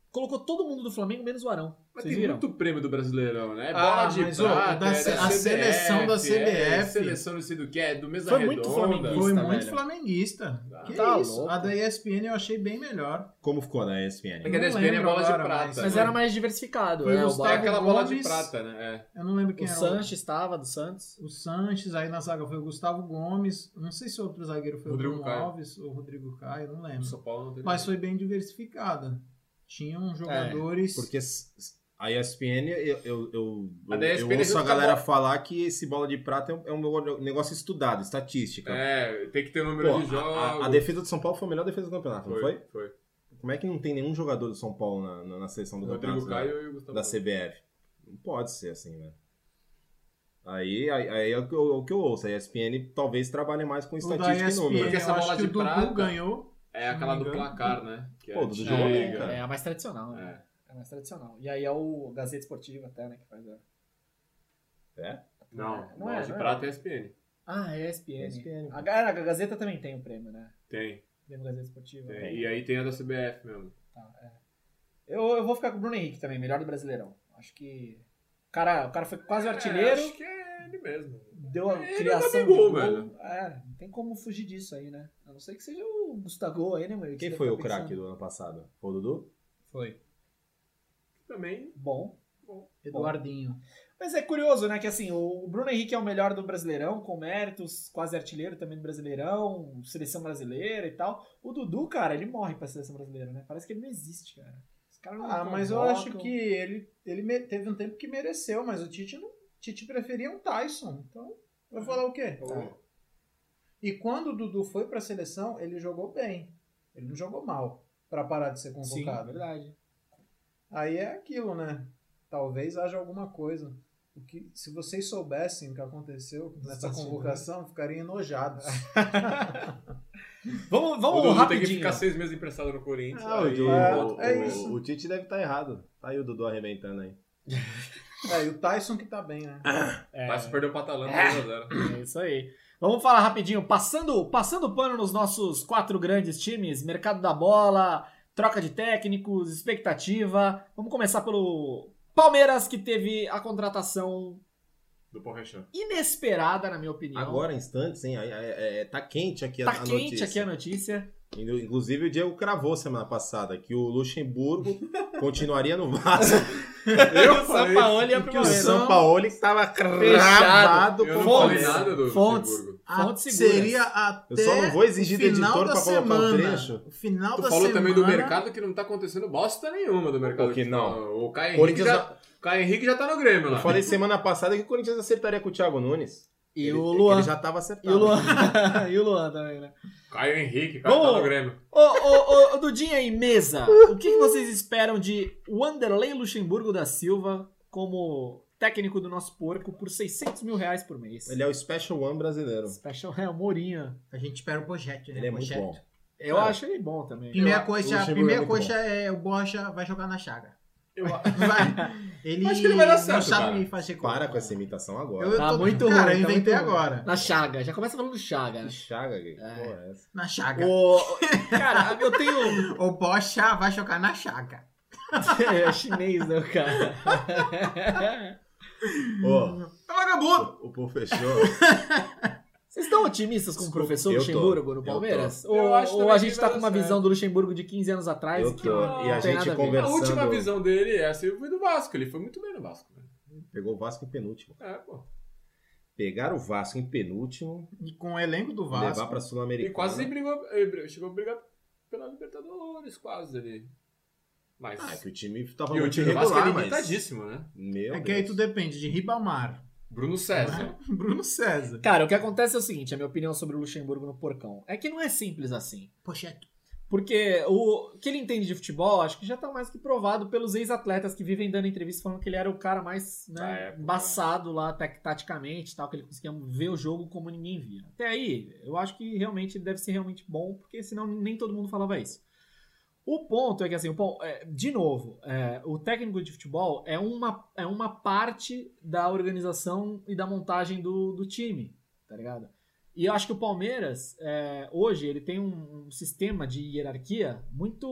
A: colocou todo mundo do Flamengo, menos o Arão.
D: Mas
A: Vocês
D: tem
A: viram?
D: muito prêmio do Brasileirão, né? É
B: Ah,
D: bola de
B: mas, ó,
D: prata,
B: da
D: é
B: se- a seleção da
D: É,
B: CBF.
D: seleção não sei do que, é do mesmo
A: Foi muito
D: redonda.
A: flamenguista.
B: Foi
A: Flamenguista,
B: muito
A: velho.
B: flamenguista.
D: Ah,
B: que
A: tá
B: isso?
A: louco.
B: A da ESPN eu achei bem melhor.
C: Como ficou na ESPN?
D: Porque a
B: Não
D: ESPN é
B: lembro
D: bola de
B: agora,
D: prata.
B: mas-
A: Mas
D: né?
A: era mais diversificado.
B: Foi
A: né?
B: o
A: O,
D: Tá
A: Bola-
B: Gustavo
D: aquela bola de
B: Gomes.
D: prata, né?
B: Eu não lembro quem
A: o
B: era
A: Sanches estava, do Santos.
B: O Sanches, aí na zaga foi o Gustavo Gomes. Não sei se o outro zagueiro foi
D: Rodrigo
B: o Bruno
D: Caio.
B: Alves ou o Rodrigo Caio, não
D: É. O
B: lembro.
D: São Paulo não teve.
B: Mas foi bem diversificada. Tinham jogadores.
C: Porque s- s- a ESPN, eu, eu, eu,
D: A
C: eu-
D: da ESPN
C: eu ouço a
D: tá
C: galera
D: bom.
C: falar que esse bola de prata é um, é um negócio estudado, estatística.
D: É, tem que ter o número de
C: Pô,
D: jogos.
C: a- a, a defesa do São Paulo foi a melhor defesa do campeonato, não foi?
D: Foi.
C: Como é que não tem nenhum jogador do São Paulo na, na, na seleção do
D: Rodrigo
C: campeonato né?
D: Caio e o
C: da,
D: Gustavo.
C: da
D: Gomes.
C: CBF? Não pode ser assim, né? Aí, aí, aí é o que, eu, o que eu ouço. A ESPN talvez trabalhe mais com
B: O da
C: estatística e
B: ESPN,
C: número.
D: Porque essa
B: eu acho
D: bola
B: que
D: de
B: o Dudu
D: prata-
B: ganhou.
D: É aquela
B: Não me
D: do
B: engano.
D: placar, né? Que
C: Pô, do
D: de-
C: jogo bem,
A: É,
C: cara.
A: é a mais tradicional, né?
D: É.
A: É a mais tradicional. E aí é o Gazeta Esportiva até, né? Que faz a...
C: É?
D: Não,
A: Não
D: bola
A: é,
D: de
A: não é.
D: prata é ESPN.
A: Ah, é a ESPN.
C: ESPN.
A: A, ga- é, a Gazeta também tem o prêmio, né?
D: Tem,
A: Prêmio Gazeta Esportiva.
D: tem. E aí tem a da CBF mesmo.
A: Tá, é. eu, eu vou ficar com o Bruno Henrique também, melhor do Brasileirão. Acho que. o Cara, o cara foi quase
D: É,
A: artilheiro,
D: acho que é ele mesmo.
A: deu a
D: Ele é o
A: criação de
D: Gabigol,
A: gol.
D: velho.
A: É, não tem como fugir disso aí, né? A não ser que seja o Gustavo aí, né, meu? Que
C: Quem
A: deve
C: foi
A: tá
C: o craque
A: pensando.
C: do ano passado? Foi o Dudu?
B: Foi.
D: Também.
A: Bom.
B: Eduardinho.
A: Mas é curioso, né? Que assim, o Bruno Henrique é o melhor do Brasileirão, com méritos, quase artilheiro também do Brasileirão, seleção brasileira e tal. O Dudu, cara, ele morre pra seleção brasileira, né? Parece que ele não existe, cara. Os caras não
B: Ah, mas eu
A: convocam.
B: acho que ele, ele me- teve um tempo que mereceu, mas o Tite não. Tite preferia um Tyson. Então, vai falar o quê?
D: Tá.
B: E quando o Dudu foi pra seleção, ele jogou bem. Ele não jogou mal pra parar de ser
A: Sim, é
B: convocado.
A: verdade.
B: Aí é aquilo, né? Talvez haja alguma coisa. O que, se vocês soubessem o que aconteceu nessa
A: bastidores.
B: convocação, ficariam enojados.
A: Vamos,
D: O
A: vamos
D: Dudu tem
A: rapidinho.
D: que ficar seis meses emprestado no Corinthians.
C: Ah, o,
D: aí
C: Dudu-
B: é,
D: volta
B: é
D: pro-
B: isso.
C: o, o Tite deve estar errado. Tá aí o Dudu arrebentando aí.
B: É, e o Tyson que tá bem, né?
A: É.
D: Mas perdeu pra Atalanta
A: É.
D: 2x0.
A: É isso aí. Vamos falar rapidinho, passando passando pano nos nossos quatro grandes times, mercado da bola, troca de técnicos, expectativa. Vamos começar pelo Palmeiras que teve a contratação
D: Do Paul Rechan.
A: inesperada, na minha opinião.
C: Agora, instantes, hein? Aí, é- é- tá quente aqui a,
A: tá
C: a
A: quente
C: notícia.
A: aqui a notícia.
C: Inclu- Inclusive, o Diego cravou semana passada que o Luxemburgo continuaria no Vasco.
A: Eu
D: falei
A: Sampaoli é
C: que
B: isso.
C: o
B: Palmeiras.
A: primeiro.
B: São-
C: Sampaoli estava cravado
D: Eu não
C: com o
A: Fontes.
D: falei
C: Palmeiras.
D: nada do
A: Fontes.
D: Luxemburgo.
B: A-
A: Fontes seguras.
B: seria até
C: Eu só não vou exigir do
B: o final
C: editor
B: da
C: pra colocar um
B: semana.
C: trecho.
B: O final
D: Tu
B: da
D: falou
B: semana,
D: também do mercado que não tá acontecendo bosta nenhuma do mercado. Tipo,
C: O que não?
D: O Caio Henrique,
C: Corinthians
D: já, Caio Henrique já tá no Grêmio lá.
C: Eu falei semana passada que o Corinthians acertaria com o Thiago Nunes.
A: E
C: Ele-
A: o
C: ele
A: Luan.
C: já estava
A: E
C: acertado.
A: o Luan. e o Luan também, né?
D: Caio Henrique, cara,
A: Vamos.
D: tá no Grêmio.
A: Ô, ô, ô, ô, Dudinha e Mesa, o que, que vocês esperam de Wanderlei Luxemburgo da Silva como técnico do nosso porco por 600 mil reais por mês?
C: Ele é o Special One brasileiro.
A: Special é o Mourinho.
B: A gente espera o Bochete, né?
C: Ele é muito
B: Bochete.
C: bom.
A: Eu
C: Cara,
A: acho ele bom também.
B: Primeira
C: o
B: coisa, a
C: Luxemburgo é
B: primeira
C: muito
B: coisa é o Borja vai jogar na chaga.
D: Eu-
B: Vai. Ele
D: Acho que ele vai dar
B: não
D: certo,
B: sabe
D: cara.
B: fazer gol.
C: Para com essa imitação agora.
B: Eu, eu
A: Tá
B: tô-
A: muito ruim,
B: cara, eu
A: tá
B: inventei
A: muito ruim.
B: agora.
A: Na Chaga, já começa falando do Chaga.
C: Que
A: né?
C: chaga, que
A: É.
C: porra é essa?
B: Na chaga.
A: O, cara, eu tenho.
B: O Borja vai jogar na chaga.
A: É chinês, né, cara?
C: Ô,
B: É vagabundo!
C: o povo fechou.
A: Vocês estão otimistas com o professor
C: Eu tô.
A: Luxemburgo no
C: Eu tô.
A: Palmeiras?
D: Eu
A: Ou,
D: acho
A: ou
D: também
A: a
D: que
A: gente
D: vai
A: tá
D: dar
A: com uma
D: certo.
A: visão do Luxemburgo de 15 anos atrás?
C: Eu
A: que
C: tô.
A: não é.
C: E a
A: tem
C: gente
A: nada ver?
C: conversa-
D: A última
C: Conversando.
D: visão dele é assim, foi do Vasco. Ele foi muito bem no Vasco. velho.
C: Pegou o Vasco em penúltimo.
D: É, pô.
C: Pegar o Vasco em penúltimo,
B: E com o elenco do Vasco.
C: levar pra
D: E
C: Sul-Americana.
D: quase brigou, eh, br- chegou a brigar pela Libertadores, quase ali. Mas.
C: Ah, é que o time tava
D: e o
C: muito
D: time do Vasco é
C: irregular, mas...
D: limitadíssimo, né?
C: Meu
B: É que aí
C: Deus.
B: tu depende de Ribamar,
D: Bruno César.
B: Bruno César.
A: Cara, o que acontece é o seguinte, a minha opinião sobre o Luxemburgo no Porcão. É que não é simples assim.
B: Pochete.
A: Porque o o que ele entende de futebol, acho que já tá mais que provado pelos ex-atletas que vivem dando entrevista falando que ele era o cara mais
D: Da
A: né,
D: época,
A: embaçado lá tec- taticamente e tal, que ele conseguia ver o jogo como ninguém via. Até aí, eu acho que realmente ele deve ser realmente bom, porque senão nem todo mundo falava isso. O ponto é que, assim, o pon- é, de novo, é, o técnico de futebol é uma, é uma parte da organização e da montagem do, do time, tá ligado? E eu acho que o Palmeiras, é, hoje, ele tem um, um sistema de hierarquia muito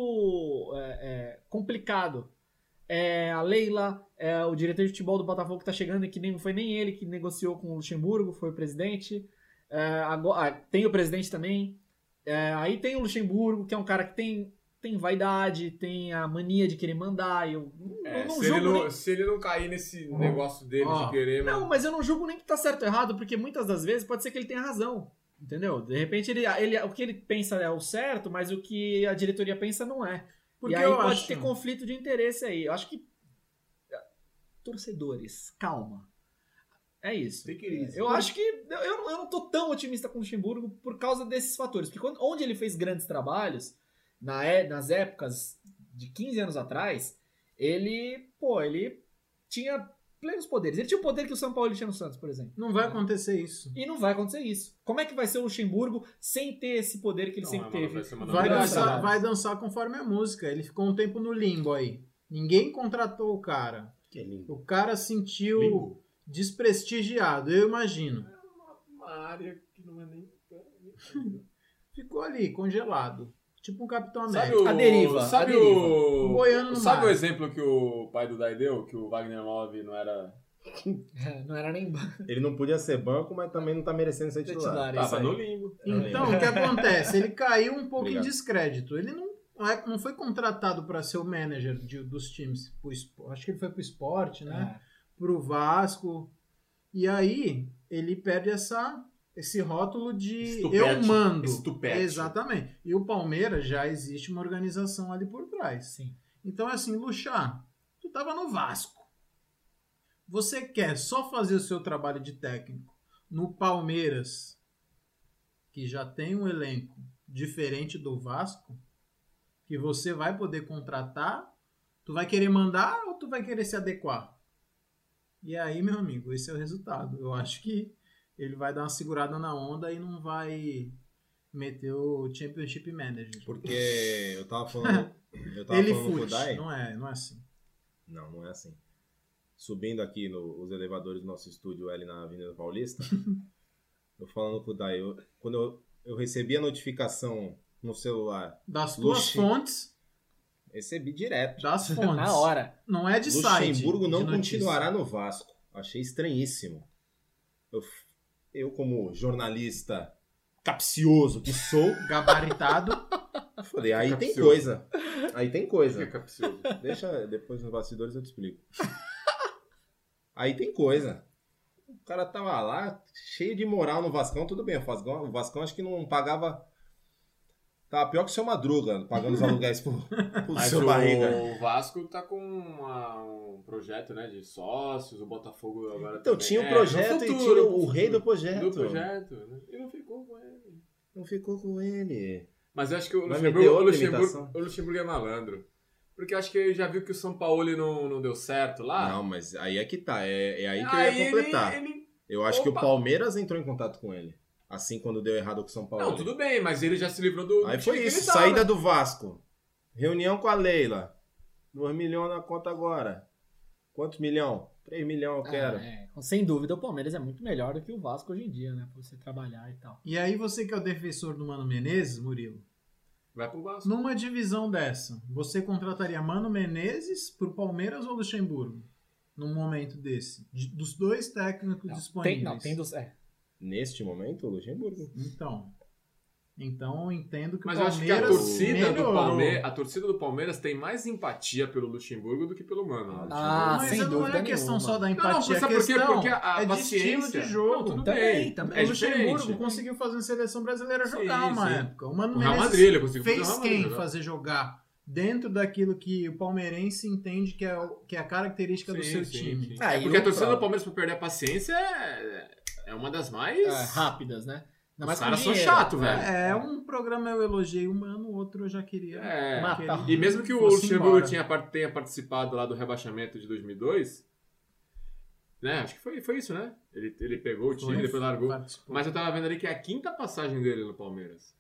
A: é, é, complicado. É a Leila, é o diretor de futebol do Botafogo que tá chegando e que nem, foi nem ele que negociou com o Luxemburgo, foi o presidente. É, agora, ah, tem o presidente também. É, aí tem o Luxemburgo, que é um cara que tem, tem vaidade, tem a mania de querer mandar. Eu não,
D: É,
A: não
D: se, ele
A: julgo
D: não,
A: nem-
D: se ele não cair nesse negócio dele
B: Ó.
D: de querer,
A: não,
D: mano.
A: mas eu não julgo nem que tá certo ou errado, porque muitas das vezes pode ser que ele tenha razão. Entendeu? De repente ele, ele o que ele pensa é o certo, mas o que a diretoria pensa não é.
B: Porque
A: e aí
B: eu
A: pode
B: acho.
A: ter conflito de interesse aí. Eu acho que é, torcedores, calma. É isso.
D: Tem que ir.
A: Eu acho que eu, eu não- eu não tô tão otimista com o Luxemburgo por causa desses fatores. Porque quando- onde ele fez grandes trabalhos, na é- nas épocas de 15 anos atrás, ele, pô, ele tinha plenos poderes. Ele tinha o poder que o São Paulo tinha no Santos, por exemplo.
B: Não vai acontecer isso.
A: E não vai acontecer isso. Como é que vai ser o Luxemburgo sem ter esse poder que ele
D: Não,
A: sempre
D: mano,
A: teve?
D: vai ser uma
B: Vai
D: doideira.
B: dançar, vai dançar conforme a música. Ele ficou um tempo no limbo aí. Ninguém contratou o cara.
C: Que lindo.
B: O cara sentiu
D: Limbo.
B: desprestigiado, eu imagino.
D: Uma área que não é nem.
B: Ficou ali, congelado. Tipo um Capitão
D: Sabe
B: América.
D: o,
A: A deriva, a
D: Sabe
A: deriva.
D: o.
B: Um goiano no
D: sabe
B: mar.
D: o exemplo que o pai do Dai deu? Que o Wagner Love não era.
A: É, não era nem banco
C: Ele não podia ser banco, mas também não tá merecendo ser titular.
A: titular. é isso
D: Tava
A: aí.
D: no limbo.
B: Então, o que acontece? Ele caiu um pouco
C: Obrigado.
B: em descrédito. Ele não, não é- não foi contratado para ser o manager de- dos times. Pro espo- acho que ele foi pro esporte, né?
A: É.
B: Pro Vasco. E aí, ele perde essa, esse rótulo de eu
D: Estupete.
B: mando.
D: Estupete.
B: Exatamente. E o Palmeiras já existe uma organização ali por trás.
A: Sim.
B: Então é assim, Luxá, tu tava no Vasco. Você quer só fazer o seu trabalho de técnico no Palmeiras, que já tem um elenco diferente do Vasco, que você vai poder contratar, tu vai querer mandar ou tu vai querer se adequar? E aí, meu amigo, esse é o resultado. Eu acho que ele vai dar uma segurada na onda e não vai meter o Championship Manager.
C: Porque eu tava falando. Eu tava
B: Ele
C: falando com o
B: fute,
C: Dai.
B: não é, não é assim.
C: Não, não é assim. Subindo aqui no- os elevadores do nosso estúdio ali na Avenida Paulista, eu falando com o Dai, eu- quando eu, eu recebi a notificação no celular,
B: Das tuas
C: Luxem-
B: fontes,
C: recebi direto.
B: das fontes.
A: Na hora.
B: Não é de site.
C: Luxemburgo não
B: de notícia.
C: continuará no Vasco. Achei estranhíssimo. Eu, f- eu, como jornalista capcioso que sou,
B: Gabaritado.
C: falei, aí tem
D: Capcioso.
C: coisa. Aí tem coisa.
D: Fica capcioso.
C: Deixa depois nos bastidores eu te explico. Aí tem coisa. O cara tava lá, cheio de moral no Vascão, tudo bem. O Vascão, o Vascão acho que não pagava. Tava pior que o seu Madruga, pagando os aluguéis pro, pro
D: Mas
C: seu
D: o
C: barriga.
D: Vasco tá com uma- um projeto, né, de sócios, o Botafogo agora
C: Então
D: também.
C: tinha
D: É,
C: o projeto
D: no futuro,
C: e tinha
D: no
C: o o rei do
D: futuro.
C: projeto.
D: Do projeto, né? E não ficou com ele.
C: Não ficou com ele.
D: Mas eu acho que o
C: Vai
D: Luxemburgo,
C: meter
D: o,
C: outra
D: Luxemburgo,
C: imitação?
D: o Luxemburgo é malandro. Porque eu acho que ele já viu que o São Paulo não, não deu certo lá.
C: Não, mas aí é que tá. É, é aí que eu
D: Ah. Aí
C: ia
D: ele-
C: completar.
D: ele-
C: Eu acho que o
D: Opa.
C: Palmeiras entrou em contato com ele. Assim quando deu errado com o São Paulo.
D: Não, tudo bem, mas ele já se livrou do. do
C: Aí
D: time
C: foi
D: que
C: isso,
D: ele tava.
C: saída do Vasco. Reunião com a Leila. 2 milhões na conta agora. Quantos milhão? 3 milhão eu quero.
A: Ah, é. Sem dúvida, o Palmeiras é muito melhor do que o Vasco hoje em dia, né? Pra você trabalhar e tal.
B: e aí você que é o defensor do Mano Menezes, Murilo,
D: Vai pro Vasco.
B: numa divisão dessa, você contrataria Mano Menezes pro Palmeiras ou Luxemburgo? Num momento desse. De- dos dois técnicos
A: Não,
B: disponíveis.
A: tem, não, tem dos. É.
C: Neste momento, o Luxemburgo.
B: Então. Então eu entendo que
D: Mas
B: o
D: eu acho que a
B: Palmeiras
D: torcida, do
B: melhorou.
D: Palme... a torcida do Palmeiras tem mais empatia pelo Luxemburgo do que pelo Mano.
A: Ah,
B: Mas
A: sem
B: não é
A: dúvida
B: questão
A: nenhuma.
B: só da
D: Não, não,
B: empatia,
D: sabe
B: a
D: por quê?
B: questão
D: Porque a
B: é de estilo
D: paciência-
B: de jogo.
D: Não, tudo
A: Também,
D: bem.
A: também.
D: É
B: tá, o Luxemburgo
D: diferente.
B: conseguiu fazer a seleção brasileira
D: Sim,
B: jogar uma
D: sim.
B: época. O Mano
D: O Real
B: Menezes
D: Madrid, ele conseguiu fazer o
B: fez
D: Real Madrid né?
B: quem
D: jogar.
B: fazer jogar dentro daquilo que o palmeirense entende que é, o- que é a característica do
D: Sim,
B: seu
D: sim,
B: time.
D: sim.
A: Ah,
D: É
A: e
D: porque a
A: o
D: torcida
A: Pro-
D: do Palmeiras pra perder a paciência é, é uma das mais.
A: É, rápidas, né? Ainda mais
D: Os
A: com
D: caras são
A: dinheiro.
D: chato, velho.
B: É, um programa eu elogiei um ano, outro eu já queria.
D: É.
A: Matar.
D: E mesmo que o
B: Fosse
D: Luxemburgo
B: embora.
D: tinha par- tenha participado lá do rebaixamento de 2002, né? Acho que foi, foi isso, né? Ele, ele pegou o time
B: Foi.
D: e depois largou.
B: Participou.
D: Mas eu tava vendo ali que é a quinta passagem dele no Palmeiras.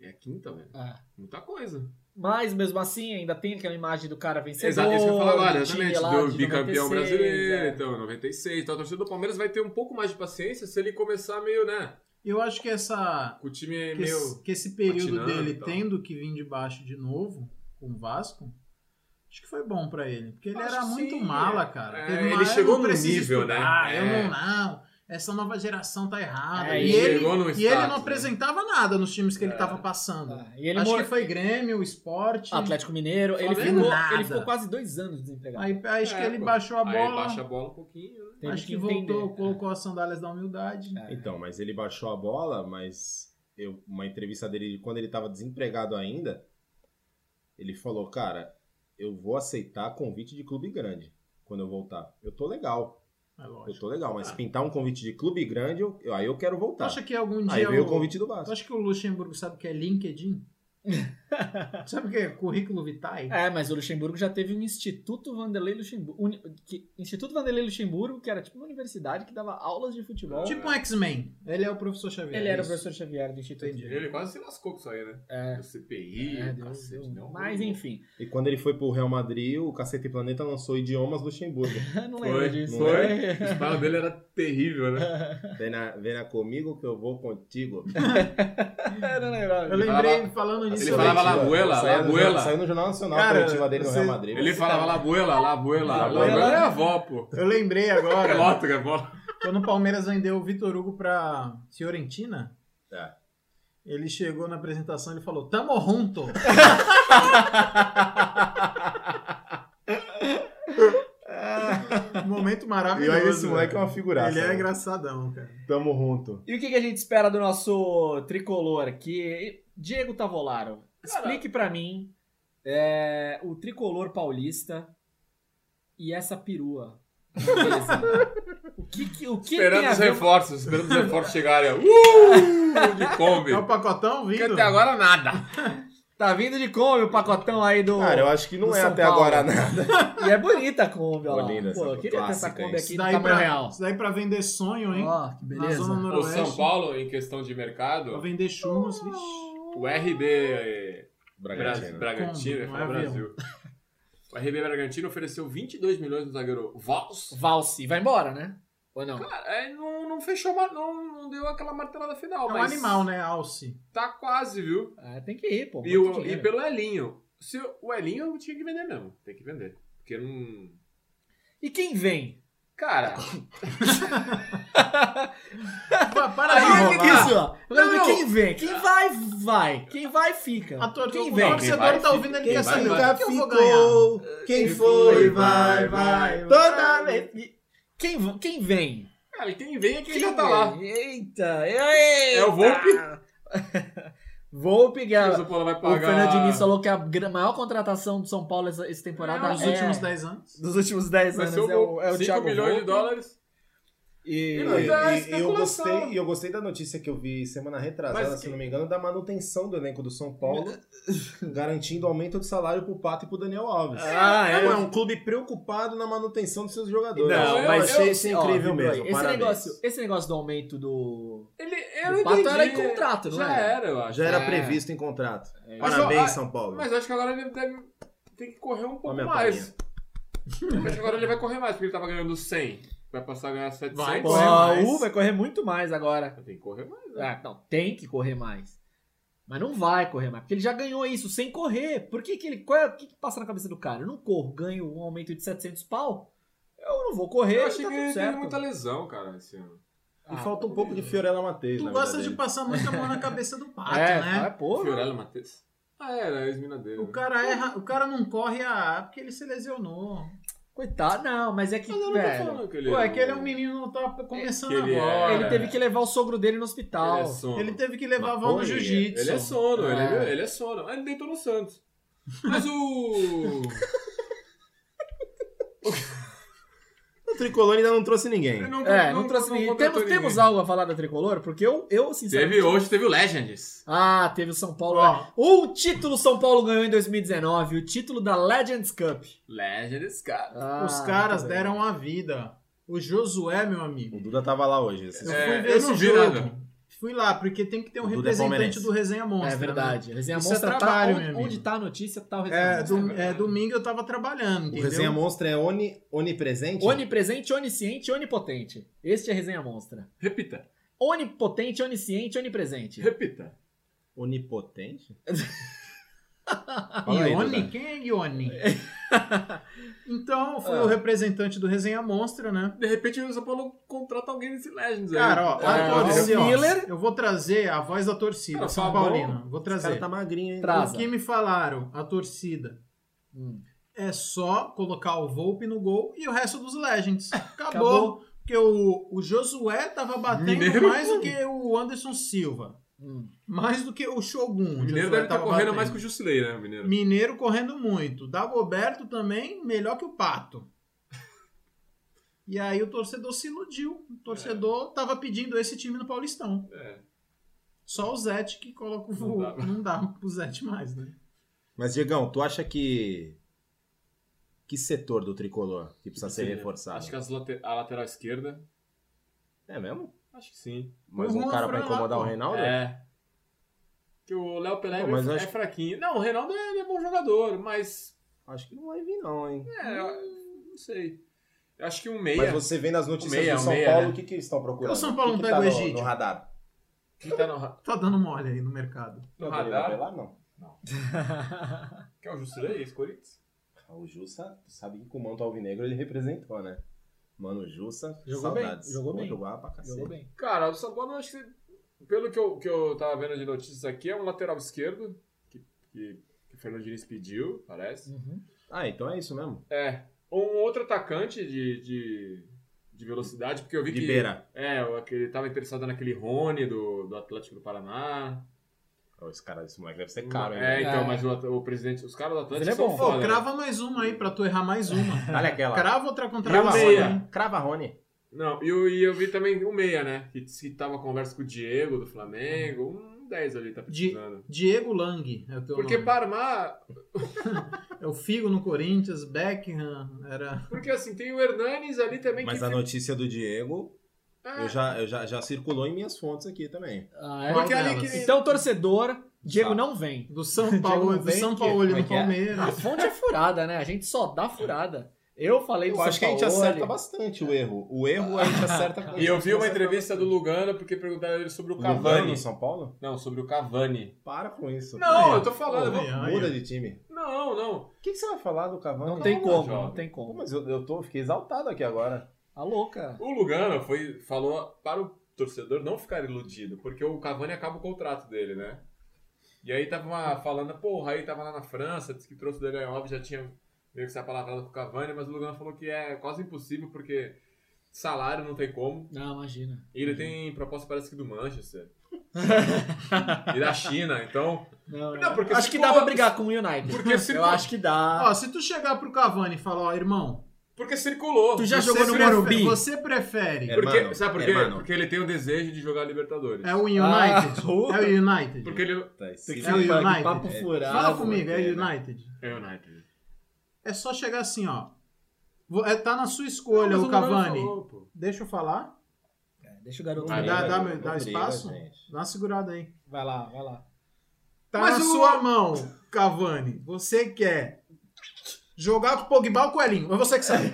D: É a quinta, velho.
A: É.
D: Muita coisa.
A: Mas mesmo assim, ainda tem aquela imagem do cara vencedor.
D: Exato, isso que eu falo agora,
A: do time
D: exatamente.
A: lá
D: Do
A: de
D: bicampeão
A: 96,
D: brasileiro,
A: é.
D: então, 96. Então a torcida do Palmeiras vai ter um pouco mais de paciência se ele começar meio, né?
B: Eu acho que essa
D: Com o time
B: que, esse,
D: meio.
B: que esse período
D: patinando
B: dele
D: e tal.
B: tendo que vir de baixo de novo com o Vasco, acho que foi bom pra ele, porque ele
D: Acho
B: era
D: que
B: muito
D: sim,
B: mala,
D: é.
B: cara.
D: É,
B: Teve uma,
D: ele
B: "Ah, eu
D: chegou
B: não
D: num
B: preciso
D: nível, né?
B: estudar, Eu
D: É.
B: não, não. Essa nova geração tá errada.
A: É,
B: e
A: ele
B: ele,
D: chegou num
B: e
D: status,
B: ele não
D: né?
B: apresentava nada nos times que ele
D: É.
B: tava passando.
A: Ah, E ele
B: acho
A: mor-
B: que um foi Grêmio, Esporte.
A: Atlético Mineiro, ele
D: Flamengo,
A: ficou,
B: nada.
A: ele ficou quase dois anos desempregado.
B: Aí acho
D: É,
B: que ele
D: pô.
B: baixou a
D: Aí ele
B: bola.
D: baixa a bola um pouquinho, né?
A: Teve
B: Acho que,
A: entender.
B: voltou, colocou as sandálias da humildade.
A: É.
C: Então, mas ele baixou a bola, mas eu, uma entrevista dele quando ele tava desempregado ainda, ele falou, cara, eu vou aceitar convite de clube grande quando eu voltar. Eu tô legal.
B: É
C: Eu
B: lógico.
C: tô legal, mas
D: Ah.
C: pintar um convite de clube grande, eu- aí eu quero
B: Tu
C: voltar.
B: acha que é algum dia.
C: Aí veio
B: o-
C: o convite do
B: Tu
C: Vasco.
B: acha que o Luxemburgo sabe o que é LinkedIn? Sabe o que é currículo vitae?
A: É, mas o Luxemburgo já teve um Instituto Vanderlei Luxemburgo. uni- que- Instituto Vanderlei Luxemburgo, que era tipo uma universidade que dava aulas de futebol.
B: Tipo um X-Men. Ele é o professor Xavier.
A: Ele era o
B: isso.
A: professor Xavier do Instituto.
B: Entendi.
D: Ele quase se lascou com isso aí, né?
A: É.
D: O CPI,
A: É,
D: o
A: deu-
D: cacete, um
A: deu-
D: não.
A: Mas enfim,
C: E quando ele foi pro Real Madrid, o Cacete Planeta lançou Idiomas Luxemburgo.
A: eu não
D: Foi,
A: lembro disso.
D: foi. O espanhol dele era terrível, né?
C: Vem na, vem na comigo que eu vou contigo.
A: Eu não lembrava.
B: Eu
A: disso.
D: Ele
B: lembrei
D: falava-
B: falando nisso.
D: Ele
B: eu
D: falava
B: lembrei.
D: lá, abuela,
C: saiu
D: lá,
C: no,
D: abuela.
C: Saiu no Jornal Nacional
B: Cara,
C: a coletiva dele
B: você-
C: no Real Madrid.
D: Ele falava lá, abuela, lá, abuela. Lá,
C: Lá,
D: abuela
A: abuela.
D: é a avó, pô.
B: Eu lembrei agora.
D: Pelota, que é bola.
B: Quando o Palmeiras vendeu o Vitor Hugo pra Fiorentina,
C: É.
B: ele chegou na apresentação e falou: Tamo junto! Momento
C: E
B: maravilhoso.
C: olha, esse moleque é
B: velho.
C: uma figuraça.
B: Ele é
C: né?
B: engraçadão, cara.
C: Tamo junto.
A: E o que, que a gente espera do nosso tricolor? Que Diego Tavolaro, explique pra mim é, o tricolor paulista e essa perua. Beleza. o que, que, o que tem
D: Esperando
A: a
D: os
A: ver-
D: reforços, esperando os reforços chegarem. ó. Uh! De Kombi.
B: É o pacotão
D: Porque
B: vindo.
D: até agora nada.
A: Tá vindo de Kombi o pacotão aí do.
C: Cara, eu acho que não
A: do
C: é
A: São
C: até
A: Paulo.
C: agora nada.
A: E é bonita a Kombi, ó. lá.
C: Bonita essa
A: Pô, eu queria ter essa
C: clássica,
A: Kombi
C: hein?
A: aqui
B: Isso
A: no
B: daí,
A: tamanho
B: pra,
A: real.
B: isso daí pra vender sonho, hein?
A: Ó, que
B: Na
A: beleza.
B: Zona
D: O
B: Noroeste.
D: São Paulo, em questão de
B: Pra
D: mercado,
B: vender É churros, vixi.
D: o RB eh, Bra-
C: Bragantino.
D: Bragantino,
B: Como?
D: é
B: Não é
D: Brasil. O RB Bragantino ofereceu 22 milhões no zagueiro Vals.
A: Valse. Vai embora, né? Ou não?
D: Cara, é, não, não fechou, mar- não, não deu aquela martelada final.
B: É um
D: mas
B: animal, né? Alce.
D: Tá quase, viu?
A: É, tem que ir, pô.
D: E,
A: muito
D: o- e
A: dinheiro.
D: pelo Elinho. Se, o- o Elinho eu tinha que vender mesmo. Tem que vender. Porque não.
A: E quem vem?
D: Cara,
B: Pa- Para
A: Aí
B: de
A: eu fico
B: enrolar.
A: assim, ó. Eu quero ver
D: Não.
A: quem vem. Quem vai, vai. Quem vai, fica.
B: A tor-
A: quem
B: o
A: vem?
D: Quem
B: torcedor
D: vai,
B: tá ouvindo, ele
D: quem
B: quer
D: vai,
B: saber.
D: vai.
B: O que eu vou ganhar?
C: quem
D: foi, vai, vai,
A: Toda vez. E Quem, v- quem vem?
D: cara, quem vem é quem já tá lá.
A: vem? Eita, eita.
D: É o Volpe?
A: Volpe, que a-
D: Mas o Paulo vai
A: o
D: pagar.
A: Fernando Diniz falou que é a gra- maior contratação do São Paulo essa, essa temporada
D: É,
B: Nos
A: é,
B: últimos 10 anos.
A: dos últimos 10
D: Vai
A: anos
D: ser
A: é o, é o
D: 5
A: Thiago
D: milhões
A: Volpe.
D: de dólares.
A: E,
C: Não, e-
D: Mas é
C: e- e eu
D: especulação.
C: gostei, e eu gostei da notícia que eu vi semana retrasada,
D: Mas
C: se
D: que-
C: não me engano, da manutenção do elenco do São Paulo, garantindo aumento de salário pro Pato e pro Daniel Alves.
A: Ah,
C: Não,
D: é
C: um clube preocupado na manutenção dos seus jogadores.
A: Não,
D: eu-
C: eu
A: mas é
C: achei
A: eu-
C: isso
A: ó, viu,
C: incrível mesmo.
A: Esse
C: parabéns.
A: negócio, esse negócio do aumento do.
D: Ele,
A: O
D: eu não
A: Pato
D: entendi.
A: era em contrato, não
D: Já
A: era?
D: era, eu acho.
C: Ah, Já era
A: É.
C: previsto em contrato.
A: É.
C: Parabéns,
D: Mas, ó,
C: São Paulo.
D: Mas acho que agora ele deve ter que correr um pouco
C: minha
D: mais. acho que agora ele vai correr mais, porque ele tava ganhando 100. Vai passar a ganhar 700.
B: Vai,
A: Pô,
B: correr mais.
A: uh, vai correr muito mais agora.
D: Tem que correr mais. né?
A: Ah, não, tem que correr mais. Mas não vai correr mais, porque ele já ganhou isso sem correr. Por que, que ele. Qual é, o que, que passa na cabeça do cara? Eu não corro, ganho um aumento de 700 pau. Eu não vou correr.
D: Eu achei
A: tá
D: que
A: tudo
D: ele
A: certo.
D: teve muita lesão, cara, esse ano.
C: E
A: Ah,
C: falta um pouco de Fiorella Matheus.
B: Tu
C: na
B: gosta
C: vida
B: de
C: dele.
B: passar muita mão na cabeça do pato,
A: é,
B: né?
A: é, pô.
D: Fiorello Matheus. Ah, era, a ex-mina dele.
B: O cara erra, o cara não corre a porque ele se lesionou.
A: Coitado, não, mas é que.
D: Mas eu não tô
A: velho,
D: falando que ele
B: Pô,
D: era
B: é que ele é um menino tá começando
D: Que ele é-
B: agora.
A: ele
D: É.
A: teve que levar o sogro dele no hospital.
D: Ele é sono.
B: Ele teve que levar a
C: Mas,
B: vó no
C: pô, ele-
B: jiu-jitsu.
D: Ele é sono, ele,
A: É.
D: é, ele é sono. Ah, ele deitou no Santos. Mas o.
C: O tricolor ainda não trouxe ninguém.
D: ele
A: É, não, trouxe ninguém.
D: contratou
A: Temos, temos
D: ninguém.
A: algo a falar da tricolor? Porque eu, eu sinceramente.
D: Teve hoje, teve o Legends.
A: Ah, teve o São Paulo.
B: Ó,
A: O título São Paulo ganhou em 2019, o título da Legends Cup.
D: Legends, cara.
A: Ah,
B: os caras
A: muito bem.
B: deram a vida. O Josué, meu amigo.
C: O Duda tava lá hoje. esse-
B: Eu
D: É,
B: fui ver
D: eu
B: esse
D: não vi
B: jogo.
D: nada.
B: Fui lá porque tem que ter um
C: O Duda é
B: representante
C: palmeirense.
B: do Resenha Monstro.
A: é verdade. A Resenha
B: Isso é
A: Monstra
B: trabalho,
A: tá
B: meu
A: onde,
B: amigo.
A: onde tá a notícia, tá o Resenha
B: É,
A: Monstra.
B: do- é, domingo eu tava trabalhando,
C: O
B: entendeu?
C: Resenha Monstra é oni- onipresente?
A: Onipresente, onisciente, onipotente. Este é a Resenha Monstra.
D: Repita,
A: Onipotente, onisciente, onipresente.
D: repita.
C: Onipotente? Fala aí,
B: Ione?
C: Duda.
B: Quem é Ione? então, foi o representante do Resenha Monstra, né?
D: De repente o São Paulo contrata alguém desse Legends aí. É,
B: Cara, ó,
A: Ah,
B: a torcida.
A: o Miller-
B: Eu vou trazer a voz da torcida,
D: Cara,
B: São
D: tá bom.
B: Paulina. Vou
C: Esse cara
B: trazer.
C: tá magrinho ainda.
A: Traz.
B: O que me falaram, a torcida,
A: Hum.
B: é só colocar o Volpe no gol e o resto dos Legends. Acabou.
A: Acabou.
B: Porque o, o Josué tava batendo
D: Mineiro.
B: mais do que o Anderson Silva.
A: Hum.
B: Mais do que o Shogun.
D: O Mineiro deve estar correndo mais que o Jusilei, né, o Mineiro?
B: Mineiro correndo muito. Dagoberto também, melhor que o Pato. E aí o torcedor se iludiu. O torcedor tava pedindo esse time no Paulistão.
D: É.
B: Só o Zete que coloca o.
D: Não
B: Não
D: dá.
B: dá, pro Zete mais, né?
C: Mas, Diegão, tu acha que. Que setor do tricolor que precisa ser
D: Seria-
C: Tá reforçado?
D: É. Acho que as late- a lateral esquerda.
C: É mesmo?
D: Acho que sim.
C: Mais
B: O
C: um
B: Juan
C: cara pra
B: Fran lá,
C: incomodar o
B: pô.
C: Reinaldo?
D: É. Que o Léo Pelé
C: Pô, mas
D: é,
C: acho-
D: é fraquinho. Não, o Reinaldo é, ele é bom jogador, mas.
C: Acho que não vai vir, não, hein?
D: É, eu- não sei. Eu acho que um
C: Hum. Mas
D: meia.
C: você vê nas notícias
D: Meia,
C: do São
D: meia,
C: Paulo
D: né?
C: o que, que eles estão procurando.
B: O São Paulo
C: que
B: não
C: que
B: pega o
C: tá no,
B: Egídio.
C: no radar.
D: Que tá no, ra-
B: Tá dando mole aí no mercado.
D: no
C: Não, Danilo
D: radar.
C: Avelar, não.
D: Que é o Jusilei, ex-Corinthians.
C: Ah, O Jussa, tu sabe que com o manto alvinegro ele representou, né? Mano, o Jussa,
A: Jogou bem,
C: saudades.
A: jogou
C: Pô,
A: bem.
C: Jogava pra cacete.
A: Jogou bem.
D: Cara, o São Paulo, eu acho que, pelo que eu, que eu tava vendo de notícias aqui, é um lateral esquerdo que, que, que o Fernando Diniz pediu, parece.
C: Ah, então é isso mesmo.
D: É, um outro atacante de, de, de velocidade, porque eu vi que.
C: Ribeira.
D: É, o- aquele tava interessado naquele Rony do, do Atlético do Paraná.
C: Ô, Esse cara, esse moleque deve ser caro, hein?
D: É, então,
A: É.
D: mas o, at- o presidente, os caras do Atlético
A: Ele é
D: são
A: bom.
B: Pô,
D: foda. né?
B: crava mais uma aí pra tu errar mais uma.
C: Olha aquela.
B: crava outra
C: Crava
D: E o
B: contratação.
D: meia?
B: hein?
C: Rony. Crava Rony.
D: Não, e eu, e eu vi também o Meia, né? Que, disse que tava conversa com o Diego do Flamengo. Um 10 ali tá precisando.
B: Diego Lang é o teu
D: Porque
B: nome.
D: para armar.
B: É o Figo no Corinthians, Beckham, era...
D: Porque assim, tem o Hernanes ali também
C: Mas
D: que.
C: a notícia do Diego
D: É,
C: eu já, eu já, já circulou em minhas fontes aqui também.
A: Ah, é?
B: Qual
D: Porque ali
B: delas?
D: que-
A: Então, torcedor, Diego
C: Sabe.
A: não vem.
B: do São Paulo,
A: Diego
B: do
A: Lang,
B: São
A: que-
B: Paulo
C: como é
B: no
C: que é?
A: A
B: Palmeiras.
A: fonte é furada, né? A gente só dá furada. Eu falei do
C: Eu acho que a gente
A: Sampaoli.
C: acerta bastante o erro. O erro a gente acerta.
D: E eu vi
C: é
D: uma entrevista do Lugano porque perguntaram ele sobre o
C: Cavani
D: Cavani.
C: em São Paulo?
D: Não, sobre o Cavani.
C: Para com isso.
D: Não,
B: Aí,
D: eu tô falando.
B: Pô,
D: eu
B: aí,
C: Muda
B: aí.
C: de time.
D: vou- Não, não.
C: O que, que você vai falar do Cavani?
A: Não tem
C: Calma,
A: como,
C: jovem.
A: não tem
C: Pô,
A: como.
C: Mas eu, eu tô, fiquei exaltado aqui agora.
A: Tá louca.
D: O Lugano foi, falou para o torcedor não ficar iludido, porque o Cavani acaba o contrato dele, né? E aí tava uma- falando, porra, aí tava lá na França, disse que trouxe o Daniel Alves, já tinha meio que se apalavrado com o Cavani, mas o Lugano falou que é quase impossível, porque salário não tem como.
A: Não, imagina.
D: E ele tem proposta, parece que do Manchester. e da China, então.
A: Não,
D: Não, porque
A: acho
D: se
A: que
D: for-
A: dá pra brigar com o United.
D: Porque se
A: eu
D: for-
A: acho que dá.
B: Ó, se tu chegar pro Cavani e falar, ó, irmão...
D: Porque circulou.
A: Tu já
B: você
A: jogou no
B: prefere-
A: Morumbi?
B: Você prefere...
C: É.
D: Porque,
C: Hermano,
D: sabe por quê?
C: hermano.
D: Porque ele tem o desejo de jogar Libertadores.
B: É o
A: Ah,
B: United?
A: porra.
B: é o United?
D: Porque ele.
C: Tá,
A: Tem
C: esse-
A: que
B: É o
A: ser papo-
B: United.
A: papo
C: É.
A: furado.
B: Fala comigo, é
C: né?
B: United.
D: É o United.
B: É só chegar assim, ó. Vo- É, tá na sua escolha
D: Mas
B: o
D: Lugano
B: Cavani.
D: falou, pô.
B: Deixa eu falar.
A: É, Deixa o garoto.
D: Ah,
A: ver.
B: dá- dá-
C: Não
B: dá
C: briga,
B: espaço?
C: gente.
B: Dá uma segurada aí.
A: Vai lá, vai lá.
B: Tá
D: Mas
B: na
D: o-
B: sua mão, Cavani. Você quer jogar com o Pogba ou com o Elinho? É você que sabe.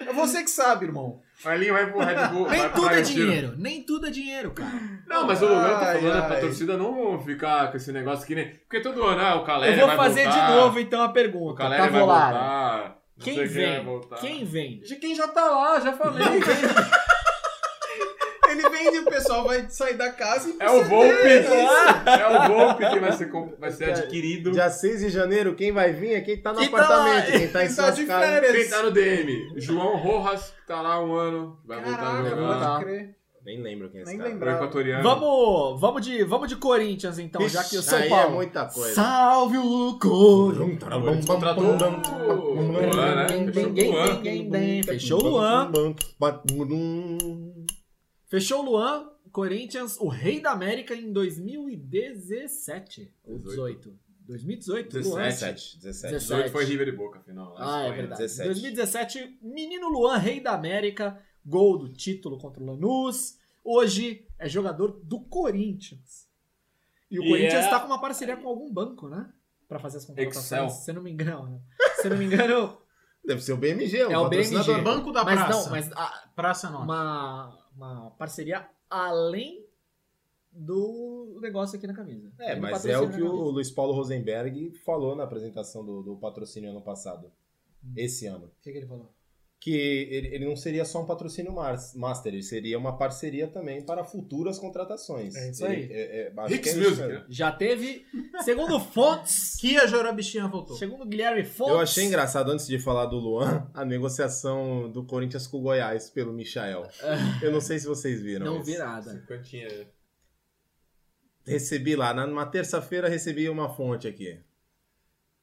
B: é você que sabe, irmão.
D: Ali vai pro Red Bull. vai
A: Nem
D: pro
A: tudo é
D: Bragantino.
A: dinheiro. Nem tudo é dinheiro, cara.
D: Não, mas o Lugano tá
B: Ai,
D: falando pra
B: ai.
D: torcida não ficar com esse negócio que nem. Porque todo ano, ah, o Caleri
A: Eu vou
D: vai
A: fazer
D: voltar,
A: de novo, então, a
D: O
A: pergunta.
D: Caleri vai
A: Tavolari.
D: voltar. tá. não sei
A: Quem
D: vai
A: vem?
D: voltar.
A: Quem vem?
D: De Quem já tá lá, já falei.
B: Ele vende, o pessoal vai sair da casa e
D: é o Volpe. É o Volpe que vai ser, comp- vai ser adquirido.
C: Dia 6 de janeiro, quem vai vir é quem tá no
A: Quem tá
C: apartamento,
A: lá,
C: quem tá em
B: quem tá
C: suas
B: de
C: casas.
B: férias.
D: Quem tá no DM? João Rojas, que tá lá um ano, vai voltar a
B: Caraca,
D: jogar.
A: voltar.
B: pode crer.
C: Nem lembro quem é esse
B: Nem
C: cara.
B: lembro.
D: O equatoriano.
A: Vamos, vamos, de, vamos de Corinthians, então, já que o São
C: Aí
A: Paulo.
C: é muita coisa. um
A: Salve o Coro!
D: Contratou o Luan, né? Fechou com o Luan.
A: Fechou o Luan.
C: um
A: Fechou o Luan, Corinthians, o rei da América em 2017. Ou
D: 18.
A: 18. 2018, Luan.
D: 17.
C: 17, 17.
D: 18 foi River e Boca, final.
A: Ah, é
D: Espanha.
A: verdade.
C: 17.
A: 2017, menino Luan, rei da América, gol do título contra o Lanús. Hoje é jogador do Corinthians. E o
D: E
A: Corinthians
D: é-
A: está com uma parceria com algum banco, né? Pra fazer as contratações.
D: Excel.
A: Se eu não me engano. né? Se eu não me engano,
C: Deve ser o BMG,
A: É o
C: um patrocinador.
A: BMG.
B: Banco da
A: mas
B: Praça.
A: não, mas a-
B: Praça não.
A: uma, uma parceria além do negócio aqui na camisa.
C: É,
A: Do
C: mas é
A: patrocínio
C: o que
A: na
C: o
A: camisa.
C: Luiz Paulo Rosenberg falou na apresentação do, do patrocínio ano passado. Esse ano.
A: O que, que ele falou?
C: Que ele, ele não seria só um patrocínio mar- master, ele seria uma parceria também para futuras contratações.
A: É isso
C: Ele-
A: aí.
C: é- é- acho que é
D: Hicks
C: isso
D: Music.
C: mesmo.
D: né?
A: Já teve, segundo fontes,
B: Que a Jorabichinha voltou.
A: segundo Guilherme Fontes...
C: Eu achei engraçado, antes de falar do Luan, a negociação do Corinthians com o Goiás pelo Michael. Eu não sei se vocês viram.
A: É. Não
C: isso.
A: vi nada.
D: Cantinha.
C: Recebi lá, na- numa terça-feira recebi uma fonte aqui.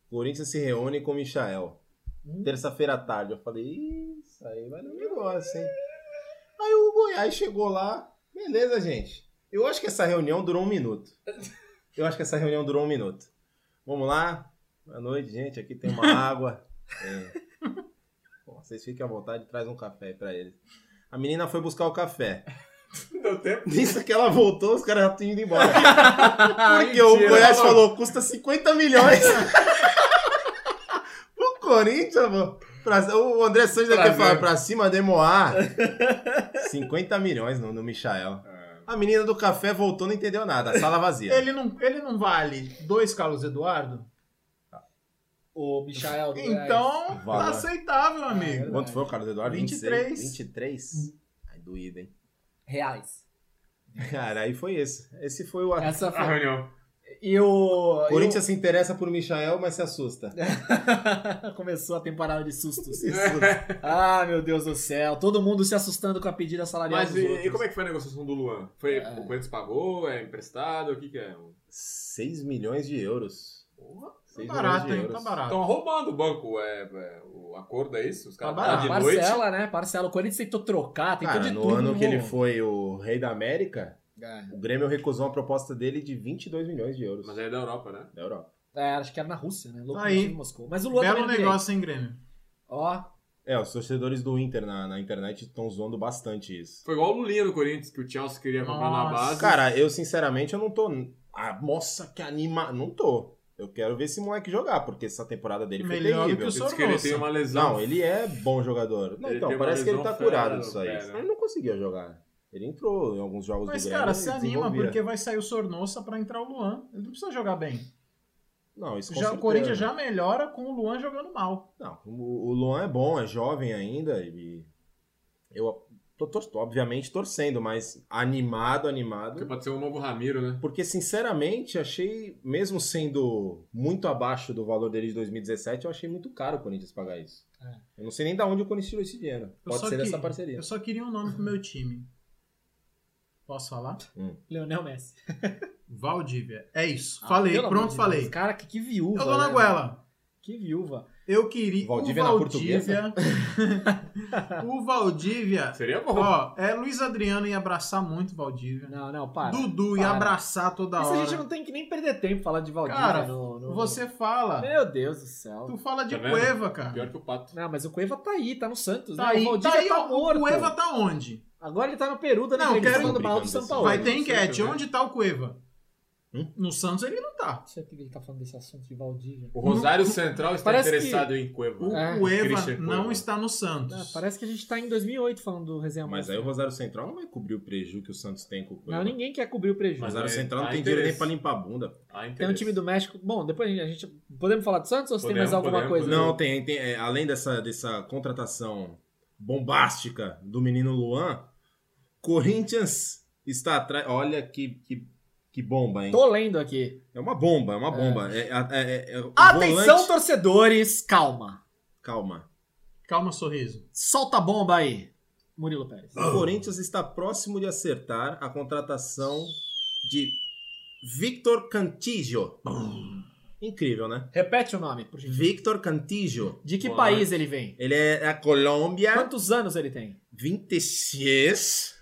C: Corinthians se reúne com o Michael.
A: Hum.
C: Terça-feira à tarde. Eu falei, "Ih, isso aí vai dar um negócio, hein? Aí o Goiás chegou lá, beleza, gente. Eu acho que essa reunião durou um minuto. Eu acho que essa reunião durou um minuto. Vamos lá. Boa noite, gente. Aqui tem uma água. É. Bom, vocês fiquem à vontade, traz um café aí pra eles. A menina foi buscar o café.
D: Deu tempo?
C: Nisso que ela voltou, os caras já tinham ido embora. Porque o
D: Mentira.
C: Goiás falou, custa 50 milhões. o Corinthians, mano. pra- o André Sanches daqui
D: Prazer.
C: falar pra cima de Moá. 50 milhões no, no Michael.
D: Ah,
C: A menina do café voltou, não entendeu nada. A sala vazia.
B: Ele não, ele não vale dois Carlos Eduardo?
A: O Michael do Goiás.
B: Então, tá
C: Vale.
B: aceitável,
A: É.
B: amigo.
C: Quanto foi o Carlos Eduardo?
B: 23.
C: 26? 23? Ai, doído, hein?
A: Reais.
C: Cara, aí foi esse. Esse foi o...
A: Essa
D: a
A: foi...
D: reunião.
A: E o...
C: Corinthians se interessa por Michael, mas se assusta.
A: Começou a temporada de sustos.
C: Se assusta.
A: Ah, meu Deus do céu. Todo mundo se assustando com a pedida salarial
D: Mas
A: dos
D: e,
A: outros.
D: e como é que foi a negociação do Luan? Foi,
A: Ah.
D: O Corinthians pagou? É emprestado? O que que é?
C: 6 milhões de euros.
D: Porra.
B: Tá
C: Seis
B: barato,
C: milhões de
B: hein? Tá
C: euros.
B: barato.
A: Então,
D: Estão roubando o banco. É, é, o acordo é isso? Os caras
B: Tá
D: pagam
A: Ah,
D: de noite?
A: parcela, né? Parcela. O Corinthians tentou trocar, tentou
C: Cara,
A: de
C: no
A: tudo.
C: ano
A: não
C: que ele
A: rolou.
C: foi o rei da América,
A: É.
C: o Grêmio recusou uma proposta dele de 22 milhões de euros
D: Mas é da Europa, né?
C: da Europa.
A: É, acho que era na Rússia, né? Louco,
B: Aí.
A: em Moscou. Mas o Luan
B: Belo
A: também não
B: negócio, hein, Grêmio?
A: veio. Ó,
C: É, os torcedores do Inter na, na internet estão zoando bastante isso.
D: Foi igual o Lulinha no Corinthians, que o Chelsea queria comprar na
B: Nossa.
D: base.
C: Cara, eu sinceramente eu não tô. Ah, nossa, que anima. Não tô. Eu quero ver esse moleque jogar, porque essa temporada dele foi
B: Melhor do
C: terrível.
B: que o
D: Diz que ele tem uma lesão.
C: Não, ele é bom jogador. Não,
D: Ele
C: então,
D: tem uma
C: parece que ele
D: lesão
C: tá curado
D: fera
C: disso
D: no
C: aí.
D: pé,
C: Mas
D: né?
C: Ele não conseguia jogar. Ele entrou em alguns jogos
B: Mas,
C: do Grêmio.
A: né?
B: cara, se
C: e
B: anima,
C: desenvolvia.
B: porque vai sair o Sornossa pra entrar o Luan. Ele não precisa jogar bem.
C: Não, isso com
B: Já, o
C: certeza.
B: Corinthians já melhora com o Luan jogando mal.
C: Não, o o Luan é bom, é jovem ainda. E eu tô, tor- tô, obviamente torcendo, mas animado,
D: Porque
C: animado.
D: pode ser um novo Ramiro, né?
C: Porque, sinceramente, achei, mesmo sendo muito abaixo do valor dele de 2017, eu achei muito caro o Corinthians pagar isso.
A: É.
C: Eu não sei nem de onde o Corinthians tirou esse dinheiro.
B: Eu
C: Pode
B: só
C: ser
B: que-
C: dessa parceria.
B: Eu só queria um nome pro meu time. Posso falar?
A: Leonel Messi.
B: Valdívia. É isso.
A: Ah,
B: falei,
A: pelo amor
B: pronto,
A: de
B: falei.
A: Deus. Cara, que, que viúva.
B: Eu vou na
A: né, mano?
B: goela.
A: Que viúva.
B: Eu queria.
C: Valdívia
B: o
C: na
B: Valdívia. o Valdívia.
D: Seria bom.
B: Ó, é Luiz Adriano ia abraçar muito Valdívia.
A: Não, não, para.
B: Dudu ia
A: para.
B: abraçar toda
A: Isso
B: hora.
A: a gente não tem que nem perder tempo falando de Valdir.
B: Cara,
A: no, no-
B: Você fala.
A: Meu Deus do céu.
B: Tu fala de
D: Tá vendo?
B: Cueva, cara.
D: Pior que o Pato.
A: Não, mas o Cueva tá aí, tá no Santos.
B: Tá
A: né?
B: aí,
A: o
B: tá
A: Valdívia
B: aí,
A: tá
B: o
A: morto.
B: Cueva tá onde?
A: Agora ele tá no Peru dando
B: Não,
A: entrevista
B: quero-
A: falando mal do São Paulo.
B: Vai ter
D: não sei
B: enquete.
D: também.
B: Onde tá o Cueva?
C: Hum?
B: No Santos ele não tá.
A: Não sei porque ele tá falando desse assunto de Valdívia.
D: O Rosário Central está
A: Parece
D: interessado em Cueva.
B: O
A: É.
B: Cueva
D: Christian Cueva.
B: não está no
A: Ah,
B: Santos.
A: parece que a gente tá em 2008 falando do Resenha
C: Mas aí
A: Monstra.
C: o Rosário Central não vai cobrir o prejuízo que o Santos tem com o Cueva.
A: Não, ninguém quer cobrir o
C: O
A: prejuízo.
C: Rosário
B: É,
D: Mas,
C: Central não
D: há
C: tem dinheiro nem
D: interesse.
C: pra limpar a bunda.
D: Há interesse.
A: Tem um time do México. Bom, depois a gente. Podemos falar do Santos ou você tem
D: Podemos,
A: mais alguma
D: podemos,
A: coisa?
C: Não, tem. tem- é, além dessa, dessa contratação bombástica do menino Luan, Corinthians está atrás. Olha que, que, que bomba, hein?
A: Tô lendo aqui.
C: É uma bomba, é uma bomba. É, é- é- é- o
A: Atenção,
C: volante-
A: torcedores, calma.
C: Calma.
B: Calma, sorriso.
A: Solta a bomba aí, Murilo Pérez.
C: O Corinthians está próximo de acertar a contratação de Victor Cantillo. Incrível, né?
A: Repete o nome, por gentileza.
C: Victor Cantillo.
A: De que
D: Boa
A: país ele vem?
C: Ele é da Colômbia.
A: Quantos anos ele tem?
C: 26.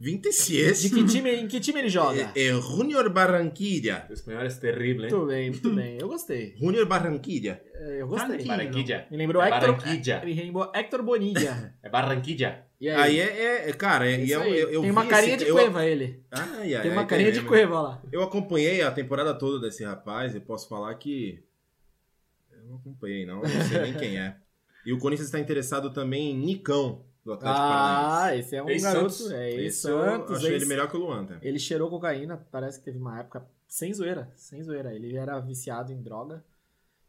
C: 26.
A: De que time, em que time ele joga?
C: É, é Junior Barranquilla.
D: O espanhol é terrível, hein?
A: Muito bem, muito bem. Eu gostei.
C: Junior Barranquilla.
A: É, Eu gostei.
B: Tranquilo.
D: Barranquilla.
A: Me lembrou
D: É
A: Hector,
D: Barranquilla.
A: me lembrou Hector Bonilla.
D: É Barranquilla.
A: E aí?
C: Aí é, é- é, cara, é,
A: Isso
C: eu,
A: aí.
C: eu, eu
A: Tem
C: vi
A: uma
C: esse-
A: carinha de
C: eu-
A: Cueva ele.
C: Ai, ai,
A: Tem uma
C: ai,
A: carinha de
C: mesmo.
A: Cueva lá.
C: Eu acompanhei a temporada toda desse rapaz e posso falar que eu não acompanhei não, eu não sei nem quem é. E o Corinthians está interessado também em Nicão do Atlético
A: Ah,
C: Paranaense.
A: esse é um
D: Ex-
A: garoto.
D: Santos.
A: É ex
C: Esse eu
A: Santos.
C: achei
A: ex-
C: ele melhor que o Luan, tá?
A: Ele cheirou cocaína, parece que teve uma época sem zoeira, sem zoeira. Ele era viciado em droga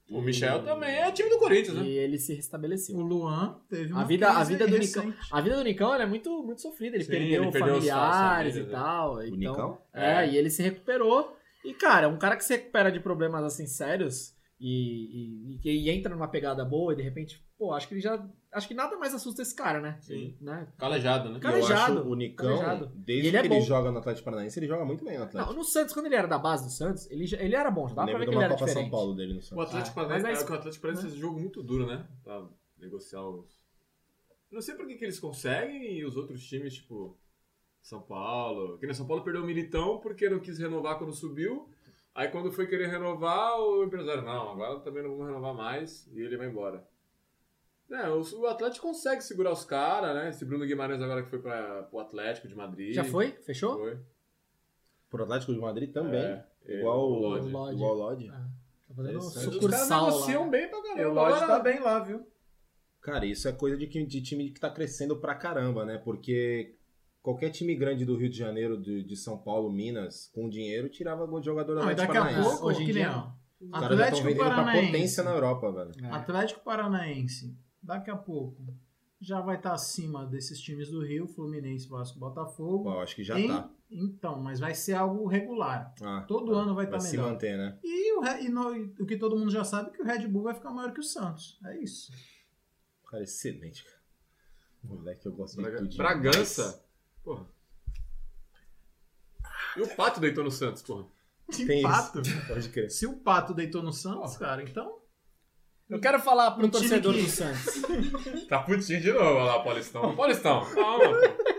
D: O Michel também é time do Corinthians,
C: Uhum.
D: né?
A: e ele se
B: O
A: restabeleceu.
B: Luan teve uma
A: A vida, a
B: crise
A: vida do
B: recente.
A: Nicão, a vida do Nicão ela é muito, muito sofrida. Ele
D: Sim,
A: perdeu
D: ele perdeu os
A: familiares
D: familiares,
A: e
D: né?
A: tal.
C: O
A: então,
C: Nicão?
A: É,
D: É.
A: e ele se recuperou. E, cara, um cara que se recupera de problemas assim sérios e, e, e- e entra numa pegada boa e de repente, pô, acho que ele já. Acho que nada mais assusta esse cara, né?
D: Sim.
A: Ele, né?
D: Calejado, né?
A: Cara,
C: eu
A: calejado,
C: acho o Nicão,
A: calejado.
C: desde
A: Ele é
C: que
A: bom.
C: ele joga no Atlético Paranaense, ele joga muito bem no Atlético.
A: Não, no Santos, quando ele era da base do Santos, ele, já- ele era bom, já dá pra
C: Lembro
A: ver
C: de
A: que ele
C: uma
A: era
C: Copa
A: diferente.
C: São Paulo dele no Santos.
D: O Atlético
A: Ah,
D: Paranaense
A: mas é
D: é,
A: isso.
D: que o Atlético Paranaense fez um jogo muito duro, né? Pra negociar os. Eu não sei por que, que eles conseguem e os outros times, tipo. São Paulo. Que nem São Paulo perdeu o Militão porque não quis renovar quando subiu. Aí quando foi querer renovar, o empresário, não, agora também não vamos renovar mais. E ele vai embora. É, o, o Atlético consegue segurar os caras, né? Esse Bruno Guimarães agora que foi para o Atlético de Madrid.
A: Já foi? Fechou?
D: Foi.
C: Pro Atlético de Madrid também.
D: É, ele,
C: igual
D: o
C: o
D: Lodge.
A: Lodge.
C: Igual o
B: É.
C: Lodge.
A: Ah, tá fazendo
C: Interessante.
D: Os caras
A: sucursal
D: negociam
A: lá.
D: bem pra
B: E o
D: caramba.
B: Lodge
D: Agora-
B: tá bem lá, viu?
C: Cara, isso é coisa de, que- de time que tá crescendo pra caramba, né? Porque qualquer time grande do Rio de Janeiro, de, de São Paulo, Minas, com dinheiro, tirava algum jogador do
B: Não, e
C: Atlético
B: Ah, daqui a
C: Paranaense.
B: pouco,
A: Hoje em
B: que nem,
A: dia,
B: ó,
C: Os caras já estão
B: Atlético
C: vendendo pra
B: Paranaense.
C: potência na Europa, velho.
D: um
A: É.
B: Atlético Paranaense, daqui a pouco, já vai estar acima desses times do Rio, Fluminense, Vasco, Botafogo.
C: Pô, eu acho que já
B: Em-
C: tá.
B: Então, mas vai ser algo regular.
C: Ah,
B: Todo ano vai
C: vai
B: estar
C: se
B: melhor.
C: manter, né?
B: E, o, Re- e no- e o que todo mundo já sabe é que o Red Bull vai ficar maior que o Santos. É isso.
C: Cara, excelente, cara. Moleque, eu gosto de
D: Braga-
C: tudo.
D: Bragança? Porra. E o Pato deitou no Santos, porra.
C: Tem
B: Se
C: isso.
B: pato.
C: Pode crer.
B: Se o pato deitou no Santos, cara, então.
A: Eu quero falar pro
B: Um time
A: torcedor
B: que-
A: do Santos.
D: Tá putinho de novo, olha lá, Paulistão. Paulistão, calma. pô.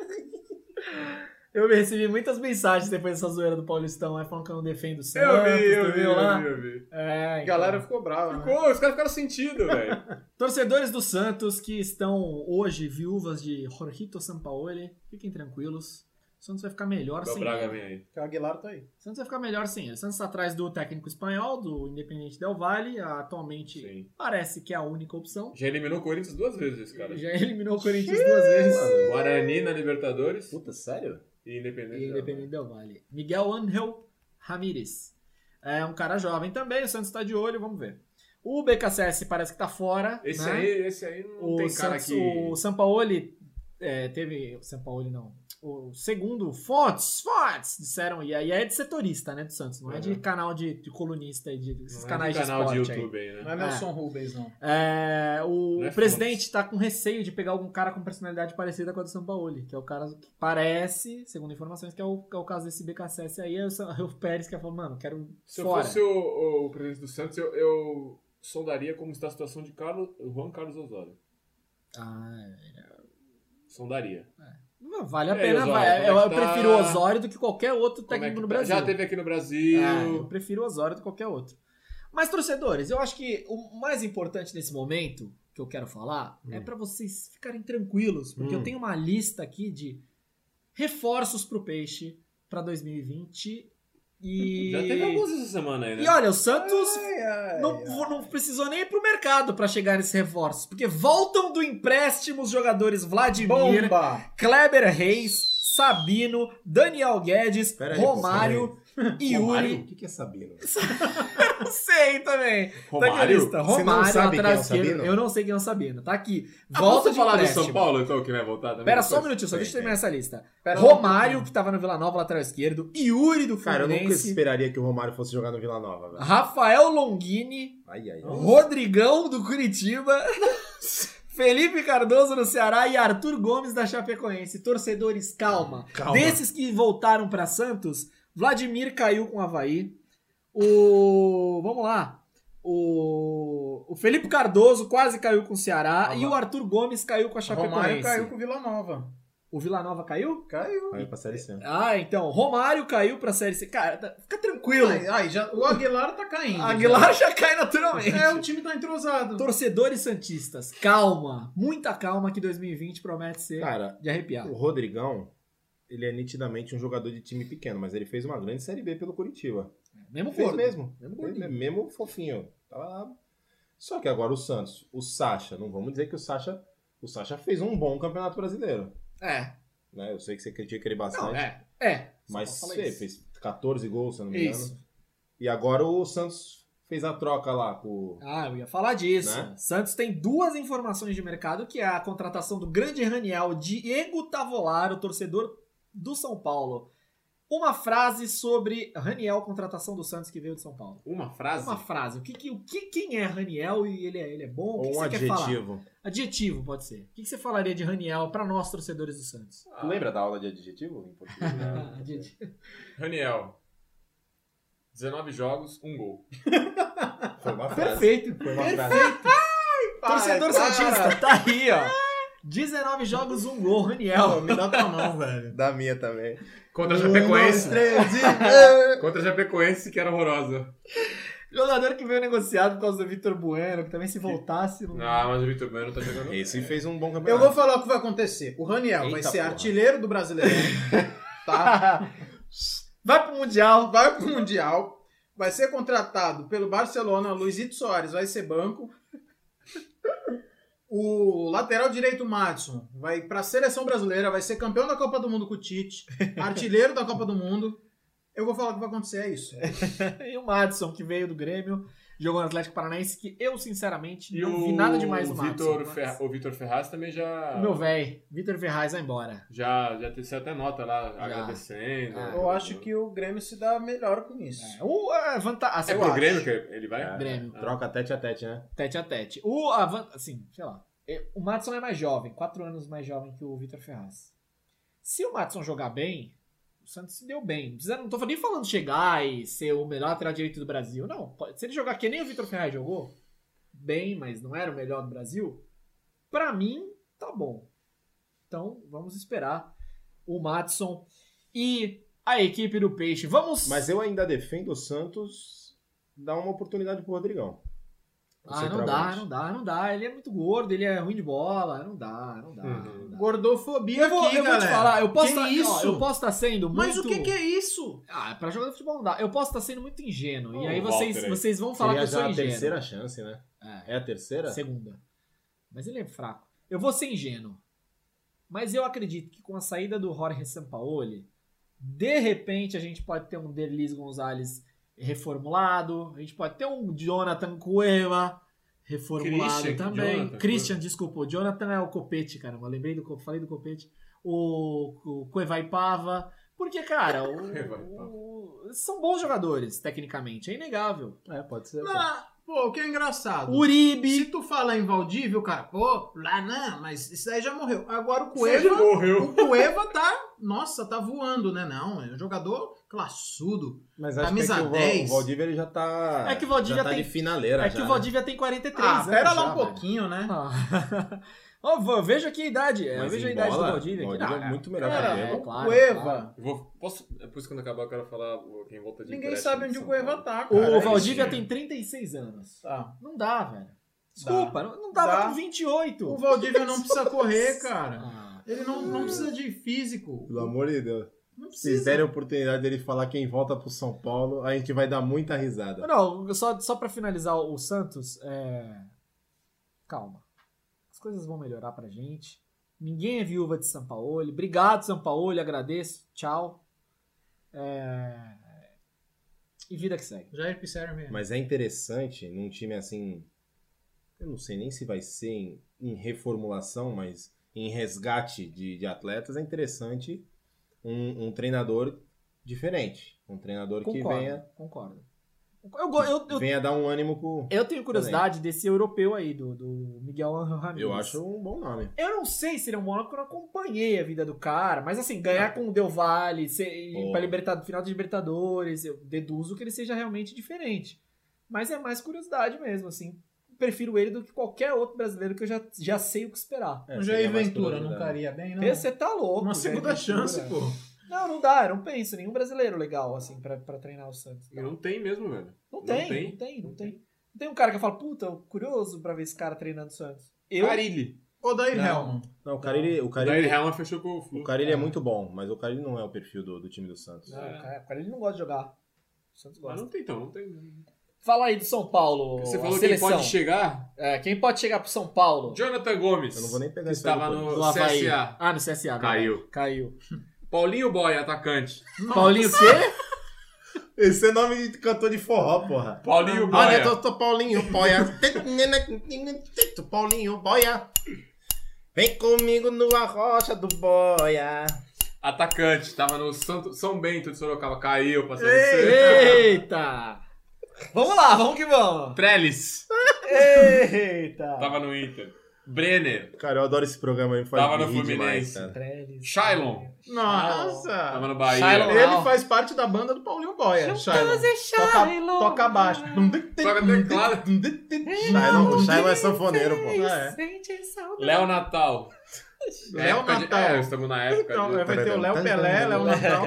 A: Eu recebi muitas mensagens depois dessa zoeira do Paulistão, aí falando que eu não defendo o Santos.
D: Eu vi, eu
A: tu
D: vi,
A: viu lá?
D: eu vi, eu vi.
A: É,
B: A
A: então.
B: galera ficou brava. né?
D: Ficou, os caras ficaram sentido, velho.
A: Torcedores do Santos que estão hoje viúvas de Jorgito Sampaoli, fiquem tranquilos. O Santos vai ficar melhor
D: O
A: sem
D: Braga
A: ele.
D: vem aí.
B: Porque o Aguilar tá aí.
A: O Santos vai ficar melhor sem ele. O Santos está atrás do técnico espanhol, do Independente Del Valle. Atualmente
D: Sim.
A: parece que é a única opção.
D: Já eliminou o Corinthians duas vezes esse cara.
A: Já eliminou o Corinthians duas vezes.
C: Mano,
D: Guarani na Libertadores
C: puta, sério?
D: e Independente.
A: E Independente Del Valle. Miguel Angel Ramírez. É um cara jovem também, o Santos está de olho, vamos ver. O BKSS parece que tá fora.
D: Esse
A: né?
D: aí, esse aí não
A: O,
D: tem cara
A: Santos,
D: que...
A: o Sampaoli é, teve. O Sampaoli não. O segundo, Fontes, Fontes, disseram. E aí é de setorista, né, do Santos. Não é de
D: Uhum.
A: canal de, de colunista e de,
D: Não
A: esses
D: é
A: canais
D: do
A: de
D: canal de,
A: esporte aí.
D: YouTube aí,
B: Não
D: né?
B: é Nelson Rubens, não.
A: É, o
D: Não é
A: presidente
D: Fontes.
A: está com receio de pegar algum cara com personalidade parecida com a do Sampaoli, que é o cara que parece, segundo informações, que é o, que é o caso desse BKSS aí, é o, Sa- o Pérez que falou, mano, quero um
D: Se eu
A: fora.
D: fosse o, o, presidente do Santos, eu, eu sondaria como está a situação de Carlos, Juan Carlos Osório.
A: Ah,
D: Sondaria.
A: não, vale a
D: E aí,
A: pena,
D: Osório,
A: vai.
D: como é
A: eu,
D: que
A: eu
D: tá?
A: prefiro o Osório do que qualquer outro
D: Como é
A: técnico
D: que
A: no
D: tá?
A: Brasil.
D: Já teve aqui no Brasil.
A: Ah, eu prefiro o Osório do que qualquer outro. Mas, torcedores, eu acho que o mais importante nesse momento que eu quero falar é
C: Hum.
A: pra vocês ficarem tranquilos, porque
C: Hum.
A: eu tenho uma lista aqui de reforços pro Peixe pra 2020 é. e...
D: Já teve alguns essa semana aí, né?
A: E olha, o Santos
B: Ai, ai,
A: não,
B: ai.
A: não precisou nem ir pro mercado pra chegar nesses reforços, porque voltam do empréstimo os jogadores Vladimir,
B: Bomba!
A: Kleber Reis, Sabino, Daniel Guedes,
C: Pera aí, pô,
A: Romário e
D: Romário?
A: Yuri.
C: O que, que é Sabino?
A: Não sei também. Tá aqui a lista.
C: Você não
A: Romário,
C: sabe quem é o
A: Trasqueiro.
C: Sabino?
A: Eu não sei quem é o Sabino. Tá aqui.
D: Ah,
A: Volta
D: posso
A: de
D: falar do
A: empréstimo.
D: São Paulo, então, que vai voltar também?
A: Pera só um
D: depois?
A: minutinho, só
C: Tem,
A: deixa eu terminar
C: tem.
A: essa lista.
B: Pera lá um
A: Romário,
B: pouquinho.
A: que tava no Vila Nova, lateral esquerdo. Yuri do
C: Cara, eu nunca
A: Fluminense.
C: esperaria que o Romário fosse jogar no Vila Nova, velho.
A: Rafael Longini.
C: Ai, ai, ai.
A: Rodrigão do Curitiba. Felipe Cardoso do Ceará e Arthur Gomes da Chapecoense. Torcedores, calma.
C: Calma.
A: Desses que voltaram pra Santos, Vladimir caiu com o Havaí. O. Vamos lá. O, o Felipe Cardoso quase caiu com o Ceará.
B: Ah,
A: e o
B: lá.
A: Arthur Gomes caiu com a Chapecoense.
B: Romário caiu com o Vila Nova.
A: O Vila Nova caiu?
B: Caiu.
C: Vai pra Série C.
A: Ah, então. Romário caiu pra Série C. Cara, tá- fica tranquilo.
B: Ai, ai, já, o Aguilar tá caindo.
A: Aguilar já cai naturalmente.
B: É, o time tá entrosado.
A: Torcedores Santistas, calma. Muita calma que 2020 promete ser
B: Tá.
C: Cara,
A: de arrepiar.
C: o Rodrigão, ele é nitidamente um jogador de time pequeno, mas ele fez uma grande Série B pelo Curitiba.
A: Mesmo
C: Fez
A: gordo.
C: mesmo.
A: Mesmo
C: Fez
A: gordinho.
C: mesmo, mesmo fofinho. Tava lá. Só que agora o Santos, o Sacha, não vamos dizer que o Sacha, o Sacha fez um bom Campeonato Brasileiro.
A: É.
C: Né? Eu sei que você critica ele bastante,
A: Não, é. É.
C: mas
A: Só
C: você
A: fala isso.
C: fez 14 gols, se eu não me
A: Isso.
C: engano. E agora o Santos fez a troca lá com o
A: Ah, eu ia falar disso.
C: Né?
A: Santos tem duas informações de mercado, que é a contratação do grande Raniel Diego Tavolaro, torcedor do São Paulo. Uma frase sobre Raniel, contratação do Santos que veio de São Paulo.
D: Uma frase?
A: Uma frase. O que, que- o que quem é Raniel e ele é, ele é bom? O que,
C: ou
A: que
C: um
A: você quer falar?
C: adjetivo.
A: Adjetivo pode ser. O que, que você falaria de Raniel pra nós torcedores do Santos?
D: Ah,
C: Tu lembra da aula de adjetivo em português?
A: Ah, adjetivo.
D: Raniel. 19 jogos, um gol.
C: Foi uma frase.
A: Perfeito.
C: Foi uma frase.
A: Torcedor Santista, tá aí, ó. 19 jogos, um gol, Raniel.
B: Pô, me dá tua mão, velho.
C: Da minha também.
D: Contra
A: Um,
D: a
B: dois,
D: Chapecoense.
B: três e...
D: Contra a Chapecoense, que era horrorosa.
A: Jogador que veio negociado por causa do Vitor Bueno, que também se voltasse. não-
D: Ah, mas o Vitor Bueno tá jogando. bem.
C: Esse fez um bom
B: Eu
C: campeonato.
B: vou falar o que vai acontecer. O Raniel vai
C: Eita
B: ser
C: porra.
B: artilheiro do Brasileirão, tá?
A: Vai pro Mundial.
B: vai pro Mundial, vai ser contratado pelo Barcelona, Luizito Soares vai ser banco. O lateral direito Madison vai para a seleção brasileira, vai ser campeão da Copa do Mundo com o Tite, artilheiro da Copa do Mundo. Eu vou falar o que vai acontecer, é isso.
A: E o Madison, que veio do Grêmio, jogou no Atlético Paranaense, que eu, sinceramente,
D: E
A: não
D: o
A: vi nada demais no Madison.
D: Vitor
A: mas-
D: Ferra... O Vitor Ferraz também já.
A: Meu velho, Vitor Ferraz vai embora.
D: Já, já teceu até nota lá,
A: Já.
D: agradecendo.
A: Ah.
B: Eu acho que o Grêmio se dá melhor com isso.
A: É, o, a vanta- assim,
D: É
A: eu
D: pro
A: acho.
D: Grêmio que ele vai?
C: É.
A: Grêmio.
C: Troca tete a tete, né?
A: Tete a tete. O, a van- assim, sei lá. é, O Madison é mais jovem, quatro anos mais jovem que o Vitor Ferraz. Se o Madison jogar bem, o Santos se deu bem. Não precisa- Não tô nem falando chegar e ser o melhor lateral direito do Brasil. Não, pode- se ele jogar que nem o Vitor Ferraz jogou, bem, mas não era o melhor do Brasil, pra mim, tá bom. Então, vamos esperar o Madison e a equipe do Peixe. Vamos...
C: Mas eu ainda defendo o Santos dar uma oportunidade pro Rodrigão. O
A: Ah, não dá,
C: centroavante.
A: não dá, não dá. Ele é muito gordo, ele é ruim de bola. Não dá, não dá.
D: Uhum.
A: não dá.
B: Gordofobia
A: Eu vou,
B: aqui,
A: eu vou te
B: galera.
A: falar, eu posso
B: Que
A: tá- ó,
B: isso?
A: eu posso estar sendo muito.
B: Mas o que, que é isso?
A: Ah, pra jogar futebol não dá. Eu posso estar sendo muito ingênuo. e
D: Ô,
A: aí vocês,
D: Walter aí.
A: vocês vão falar que
C: Seria
A: eu sou
C: já é a
A: ingênuo.
C: terceira chance, né?
A: É,
C: É a terceira?
A: segunda. Mas ele é fraco. Eu vou ser ingênuo. Mas eu acredito que com a saída do Jorge Sampaoli, de repente a gente pode ter um Derlis Gonzalez reformulado, a gente pode ter um Jonathan Cueva reformulado
D: Christian,
A: também.
D: Jonathan
A: Christian, desculpa, o Jonathan é o Copete, cara, eu lembrei do, Co- falei do Copete. O, o Cueva e Pava, porque, cara, o-
D: Cueva e Pava.
A: o- são bons jogadores, tecnicamente, é inegável.
C: É, pode ser. pô.
B: Ah, pô, o que é engraçado.
A: Uribe,
B: Se tu fala invaldível, cara, pô, lá não, mas isso aí já morreu. Agora o
D: Você já
B: Cueva,
D: morreu.
B: o Cueva tá, nossa, tá voando, né? Não, é um jogador classudo.
C: Mas acho que, é
B: camisa
C: que o, Val-
B: 10.
C: o Valdívia ele já tá.
A: É que o Valdívia
C: já tá
A: tem-
C: de finaleira.
A: é
C: já,
A: que o
C: né?
A: Valdívia tem 43
B: Ah,
A: anos.
B: pera
A: já,
B: lá um
A: velho.
B: pouquinho, né?
A: Ah. Ó, vô, veja aqui a idade. é,
C: Mas
A: veja a
C: em
A: idade
C: bola,
A: do Valdívia. aqui.
C: Valdívia
A: Não,
C: é muito melhor que
B: cara,
C: o
B: é,
C: Diego.
A: claro,
B: Cueva.
A: claro.
D: Eu vou, posso, é depois quando acabar eu quero falar o- quem volta de
B: Ninguém
D: empréstimo
B: sabe
D: de
B: onde o
D: São
B: Cueva
D: Paulo.
B: tá,
A: O
B: cara.
A: Valdívia
D: sim.
A: tem 36 anos.
B: Tá.
A: Não dá, velho. Desculpa, não, não dava
B: Dá.
A: com 28.
B: O Valdívia não precisa correr, cara.
A: Ah,
B: Ele não, não precisa de físico.
C: Pelo amor de Deus.
B: Não
C: Se
B: precisa.
C: derem a oportunidade dele falar quem volta pro São Paulo, a gente vai dar muita risada.
A: Não, só, só pra finalizar o Santos, é, calma. As coisas vão melhorar pra gente. Ninguém é viúva de Sampaoli. Obrigado, Sampaoli. Agradeço. Tchau. É, E vida que segue.
B: Jair Pissarro mesmo.
C: Mas é interessante num time assim. Eu não sei nem se vai ser em, em reformulação, mas em resgate de, de atletas, é interessante um, um treinador diferente. Um treinador que
A: Concordo.
C: venha,
A: Concordo. Eu, go- eu, eu
C: venha dar um ânimo pro.
A: Eu tenho curiosidade desse europeu aí, do, do Miguel Angel Ramírez.
C: Eu acho um bom nome.
A: Eu não sei se ele é um Mônaco, eu não acompanhei a vida do cara, mas assim,
B: Ah.
A: ganhar com o Del Valle, ser, ir
C: Pô.
A: pra libertador, final de Libertadores, eu deduzo que ele seja realmente diferente. Mas é mais curiosidade mesmo, assim. Prefiro ele do que qualquer outro brasileiro que eu já, já sei o que esperar.
C: É,
B: o
C: seria
B: Jair
C: mais
B: Ventura não
C: curiosidade.
B: estaria bem, não?
A: Você tá louco.
B: Uma
A: velho.
B: segunda chance, pô.
A: Não, não dá, eu não penso. em Nenhum brasileiro legal, assim, pra, pra treinar o Santos.
D: E Não tem mesmo, velho.
A: Não
D: Não
A: tem,
D: tem.
A: não tem, não tem. Não tem um cara que fala, puta, eu curioso pra ver esse cara treinando o Santos. Eu,
D: Carilli.
B: Ou Dair
D: Não.
B: Hellman.
C: Não, o Carilli, o
D: O Daí
C: Carilli,
D: Helman fechou com o
C: o
D: Flu.
C: Carilli é muito bom, mas o Carilli não é o perfil do, do time do Santos.
A: Não,
D: é.
A: o cara, o cara, ele não gosta de jogar. O Santos
D: Mas
A: gosta.
D: não tem então, não tem.
A: Fala aí do São Paulo.
D: Você
A: a
D: falou quem
A: seleção.
D: pode chegar?
A: É, quem pode chegar pro São Paulo?
D: Jonathan Gomes.
C: Eu não vou nem pegar
D: que
C: isso aí
D: Estava
C: depois.
D: no
A: Do Havaí.
D: CSA.
A: Ah, no CSA. verdade.
D: Caiu.
A: Caiu.
D: Paulinho Boy, atacante.
A: Paulinho o quê?
C: Esse é nome de cantor de forró, porra.
D: Paulinho Boy.
C: Ah, Olha, tô, tô Paulinho Boia. Tô Paulinho Boia. Vem comigo no Arrocha do Boia.
D: Atacante. Estava no Santo- São Bento de Sorocaba. Caiu, passou no
A: Eita! Vamos lá, vamos que vamos.
D: Trellis.
A: Eita!
D: Tava no Inter. Brenner.
C: Cara, eu adoro esse programa, ele faz
D: Tava no
C: rir demais,
D: Fluminense.
C: cara.
D: Shylon.
B: Nossa!
D: Tava no Bahia.
A: Shylon.
B: Ele faz parte da banda do Paulinho
A: É,
B: Boia. Shylon. Toca, toca baixo.
D: é né? Toca teclado.
C: Shailon- o Shailon é sanfoneiro, pô.
B: É.
D: Léo Natal.
B: Léo
D: Época de- É,
B: Natal.
D: estamos na época.
B: Então,
D: de-
B: é- vai ter o Léo Pelé, Léo Natal.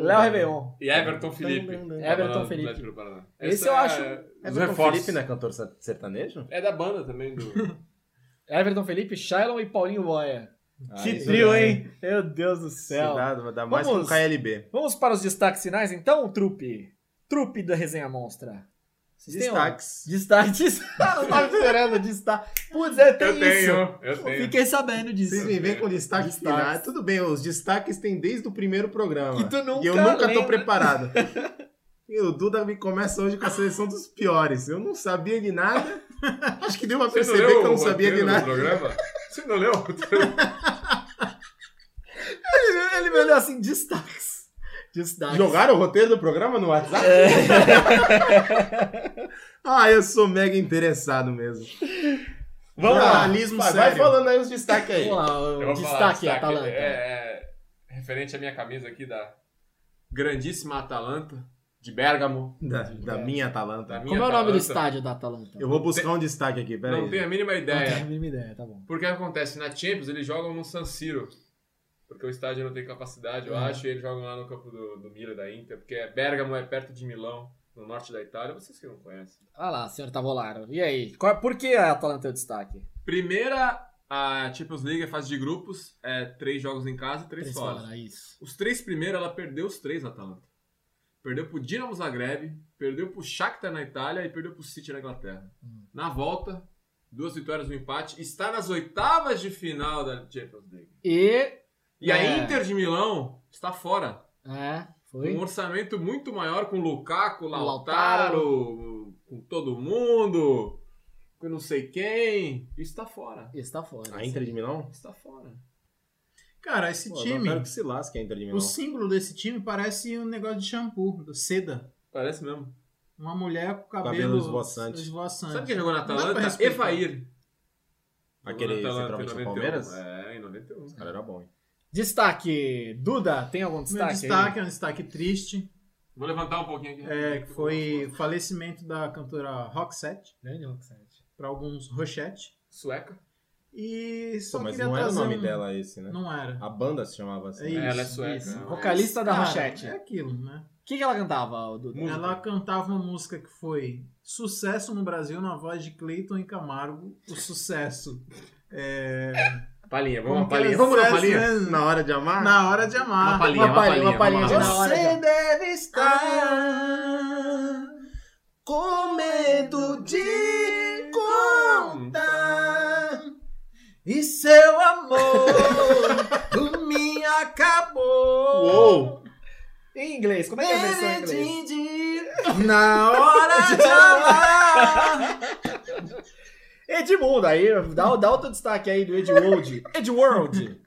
A: Léo Réveillon.
D: E Everton Felipe.
A: Everton
D: Tava no
A: Felipe.
D: Atlético do é Paraná.
A: Esse
D: Essa
A: eu acho-
D: é- Os
C: Everton
D: reforços.
C: Felipe não é cantor sa- sertanejo?
D: É da banda também. Do...
A: Everton Felipe, Shailon e Paulinho Boia.
C: Ah,
A: que
C: isso
A: trio,
C: dá-
A: hein? Meu Deus do
C: isso
A: céu.
C: Dá, dá mais que
A: Vamos.
C: um KLB.
A: Vamos para os destaques finais, então, trupe? Trupe da Resenha Monstra. Vocês têm um-
C: Destaques.
A: Destaques. Eu não tava esperando destaques. Putz, é, tem
D: Eu
A: isso.
D: tenho, eu tenho.
A: Fiquei sabendo disso.
C: Vocês me vêm com destaques
A: Destaques.
C: finais. Tudo bem, os destaques tem desde o primeiro programa.
A: E tu nunca
C: E eu nunca
A: lembra.
C: tô preparado. E o Duda me começa hoje com a seleção dos piores. Eu não sabia de nada. Acho que deu pra
D: Você não
C: perceber
D: leu
C: que eu
D: o
C: não sabia de
D: roteiro né? do
C: nada.
D: programa? Você não leu? o roteiro?
A: Ele, ele me olhou assim, destaques. Destaques.
C: Jogaram o roteiro do programa no WhatsApp? É. ah, eu sou mega interessado mesmo.
A: Vamos lá.
C: Jornalismo
B: vai,
C: sério.
B: vai
C: falando aí os destaques
A: Vamos lá,
D: Eu
A: o
D: vou
A: destaque,
D: falar, destaque,
A: Atalanta.
D: É, é, referente à minha camisa aqui da grandíssima Atalanta, de Bergamo.
C: Da, da minha Atalanta.
D: Da minha
A: Como é o nome do
D: Atalanta.
A: estádio da Atalanta?
C: Eu vou buscar um destaque aqui, peraí.
D: Não tenho a mínima
A: Não tenho a
D: ideia.
A: mínima ideia, tá bom.
D: Porque acontece, na Champions eles jogam no San Siro. Porque o estádio não tem capacidade, eu
A: É.
D: acho, e eles jogam lá no campo do, do Milan, da Inter. Porque Bergamo é perto de Milão, no norte da Itália. Vocês que não conhecem.
A: Olha lá, senhor Tavolaro. E aí? Qual- por que a Atalanta é o destaque?
D: Primeira, a Champions League, a fase de grupos, é três jogos em casa e três,
A: Três
D: fora. né?
A: fora, isso.
D: Os três primeiros, ela perdeu os três, a Atalanta. Perdeu pro Dinamo Zagreb, perdeu pro Shakhtar na Itália e perdeu pro City na Inglaterra.
A: Hum.
D: Na volta, duas vitórias e um empate. Está nas oitavas de final da Champions League.
A: E.
D: E a
A: É.
D: Inter de Milão está fora.
A: É,
D: Com um
A: foi.
D: orçamento muito maior com Lukaku,
A: Lautaro.
D: Lautaro, com todo mundo, com não sei quem. Está fora.
A: Está fora.
C: A Inter de Milão?
D: Está fora.
B: Cara, esse
C: Pô, Eu quero
B: time,
C: que se lasque a Inter de Milão.
B: o símbolo desse time parece um negócio de shampoo, do seda.
D: Parece mesmo.
B: Uma mulher com cabelo,
C: Cabelo esvoaçante.
B: esvoaçante.
D: Sabe é quem jogou na
B: Não É. dá pra
D: Atalanta?
B: respeitar.
D: Evair.
C: Aquele
D: Jogou na Atalanta
C: centroavante do
D: em 91.
C: Palmeiras?
D: É, em 91.
C: Esse cara era bom, hein?
A: Destaque. Duda, tem algum
B: Meu
A: destaque? aí?
B: destaque é um destaque triste,
D: Vou levantar um pouquinho aqui.
B: é, que foi o falecimento da cantora Roxette,
A: Grande Roxette.
B: para alguns Rochette.
D: Sueca.
B: E só
C: Pô, mas
B: queria
C: não era o
B: trazer
C: nome
B: um-
C: dela esse, né?
B: Não era.
C: A banda se chamava assim.
B: É isso.
D: ela é sueca.
A: isso.
D: né?
A: Vocalista da
B: Cara,
A: Rochette.
B: É aquilo, né?
A: O que, que ela cantava, o Duda?
D: Música.
B: Ela cantava uma música que foi sucesso no Brasil na voz de Cleiton e Camargo. O sucesso. É...
D: Palinha, vamos uma
B: como que era
D: palinha. Vamos uma
B: sucesso,
D: palinha.
B: né?
C: Na hora de amar?
B: Na hora de amar.
D: Uma palinha, uma palinha.
A: uma palhinha
D: vamos
A: de na
D: lá.
A: hora de-
B: deve
C: com medo de
B: contar e seu amor por mim acabou.
C: Uou!
A: Em inglês, como é que é a versão em inglês?
B: Na hora de amar.
A: Edmundo, aí dá, dá outro destaque aí do Edworld. Edworld.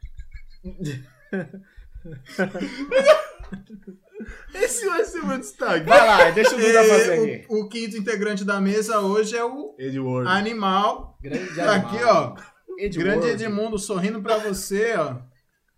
C: Esse vai ser meu destaque.
A: Vai lá, deixa o Duda fazer
B: E
A: aqui.
B: é o, o quinto integrante da mesa hoje é o
C: Edward.
B: animal.
A: Grande
B: Tá aqui, ó.
A: Edward.
B: Grande Edmundo sorrindo pra você, ó.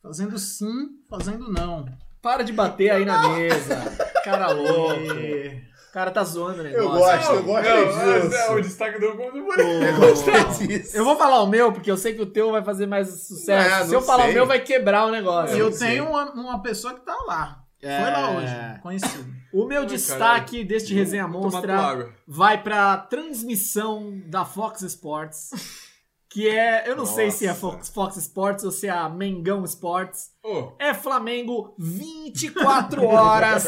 B: Fazendo sim, fazendo não.
A: Para de bater aí na mesa. Cara louco.
B: E-
A: O cara tá zoando o negócio.
C: Eu gosto,
D: Não,
C: eu gosto
D: não,
C: disso.
D: é o destaque do mundo por
C: Eu gostei disso.
A: Eu vou falar o meu, porque eu sei que o teu vai fazer mais sucesso.
C: Ah,
A: Se eu
C: não
A: falar o
C: sei.
A: meu, vai quebrar o
B: E
A: negócio.
B: eu
C: não sei.
B: tenho uma, uma pessoa que tá lá.
A: É.
B: Foi lá hoje, conhecido.
A: O meu
D: Ai,
A: destaque deste Resenha
D: Vou tomar tua
A: Monstra
D: água.
A: vai pra transmissão da Fox Sports. Que é, eu não sei se é
C: Nossa.
A: Fox, Fox Sports ou se é a Mengão Sports.
D: Ô,
A: É Flamengo 24 horas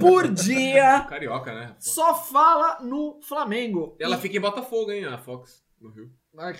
A: por dia.
D: carioca, né?
A: Só fala no Flamengo.
D: Ela fica em Botafogo, hein, a Fox, no Rio.
A: Ah,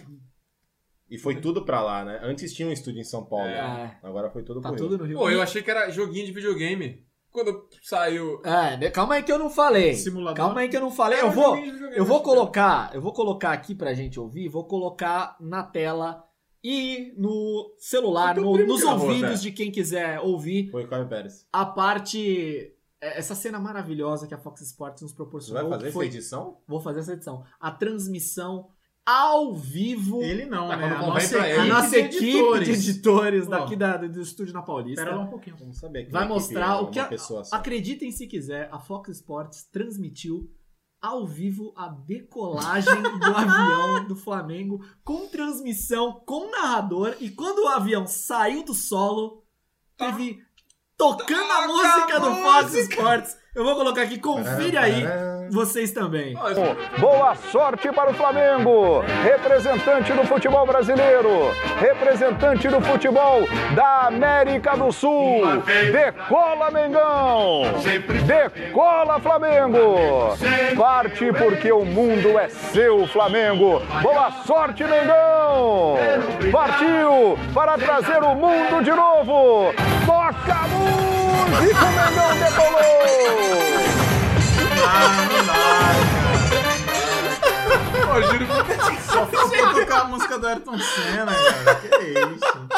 C: E foi tudo pra lá, né? Antes tinha um estúdio em São Paulo.
D: É.
C: né? Agora foi tudo
A: Tá
C: pro Rio.
A: tudo no Rio.
D: Pô, eu achei que era joguinho de videogame. Quando saiu...
A: É, né, calma aí que eu não falei.
B: Simulador.
A: Calma aí que eu não falei. Eu
D: Era
A: vou,
D: joguinho de videogame,
A: eu vou
D: acho que
A: colocar, eu vou colocar aqui pra gente ouvir, vou colocar na tela e no celular,
D: Então,
A: no-
D: primo
A: nos
D: que arroz,
A: ouvidos
D: é.
A: de quem quiser ouvir
C: Foi o Caio Pérez.
A: a parte é, essa cena maravilhosa que a Fox Sports nos
C: Você
A: proporcionou.
C: vai fazer
A: que foi-
C: essa edição?
A: Vou fazer essa edição. A transmissão ao vivo.
B: Ele não,
D: Tá,
B: né?
D: quando
B: A
D: convém
B: nossa
D: pra
A: A
D: ele.
B: equipe
A: nossa
B: de
A: equipe
B: editores.
A: de editores
B: Ó.
A: daqui da- do estúdio na Paulista.
B: Espera lá um pouquinho.
C: Vamos saber que
A: Vai
C: minha equipe
A: mostrar o
C: é uma
A: que a-
C: pessoa só.
A: Acreditem se quiser, a Fox Sports transmitiu ao vivo a decolagem do avião do Flamengo com transmissão, com narrador e quando o avião saiu do solo, teve tocando Tá. a música do Fox Sports. Eu vou colocar aqui, confere aí vocês também.
D: Ó, esse-
E: Boa sorte para o Flamengo, representante do futebol brasileiro, representante do futebol da América do Sul. Decola Mengão, decola Flamengo. Parte porque o mundo é seu, Flamengo. Boa sorte, Mengão. Partiu para trazer o mundo de novo. Toca a música, o Mengão decolou.
D: Pô, juro que
B: Só faltou tocar a música do Ayrton Senna, cara. Que é isso.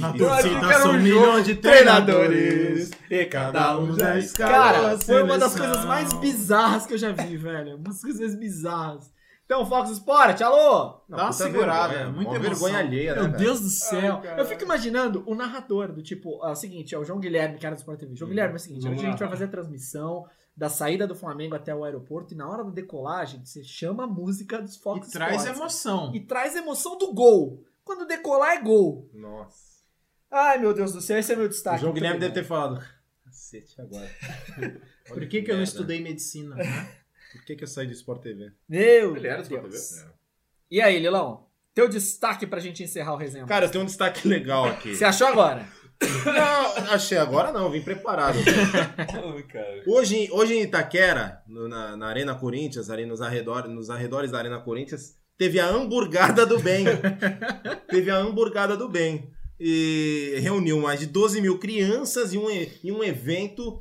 B: Na
C: Eu
D: achei que
B: torcida
D: era um
B: são um
D: jogo.
B: milhões de treinadores.
C: e
B: Cada um já escala.
A: Cara,
B: a
A: foi uma das
B: seleção.
A: coisas mais bizarras que eu já vi, velho. Umas coisas bizarras. Então, Fox Sports, alô!
C: Não,
B: Dá uma
C: puta
B: segurada,
C: vergonha,
B: muita
C: uma
B: emoção.
C: vergonha alheia, né,
A: Meu
C: velho?
A: Deus do céu.
D: cara.
A: eu fico imaginando o narrador do tipo, ah, é o seguinte, é o João Guilherme, cara do Sport TV. João
C: Hum,
A: Guilherme é o seguinte,
D: vamos
A: hoje a gente
D: lá.
A: vai fazer a transmissão da saída do Flamengo até o aeroporto e na hora da decolagem você chama a música dos Fox
B: E traz
A: Sports.
B: emoção.
A: E traz emoção do gol. Quando decolar é gol.
C: Nossa.
A: Ai, meu Deus do céu, esse é meu
C: O
A: destaque.
C: João
A: Muito
C: Guilherme deve
A: obrigado.
C: ter falado. Tá, Cacete agora.
B: Por que, que eu não estudei medicina? né?
C: Por que, que eu saí do Sport TV?
A: Meu
D: Ele era do Sport
A: Deus.
C: TV?
A: E aí, Lilão? Teu destaque pra gente encerrar o resenha.
C: Cara, eu tenho um destaque legal aqui.
A: Você achou agora?
C: Não, achei agora não, vim preparado.
D: Ai, cara.
C: Hoje, hoje em Itaquera, no- na, na Arena Corinthians, ali nos, arredor, nos arredores da Arena Corinthians, teve a hamburgada do bem. teve a hamburgada do bem. E reuniu mais de 12 mil crianças em um, e- em um evento,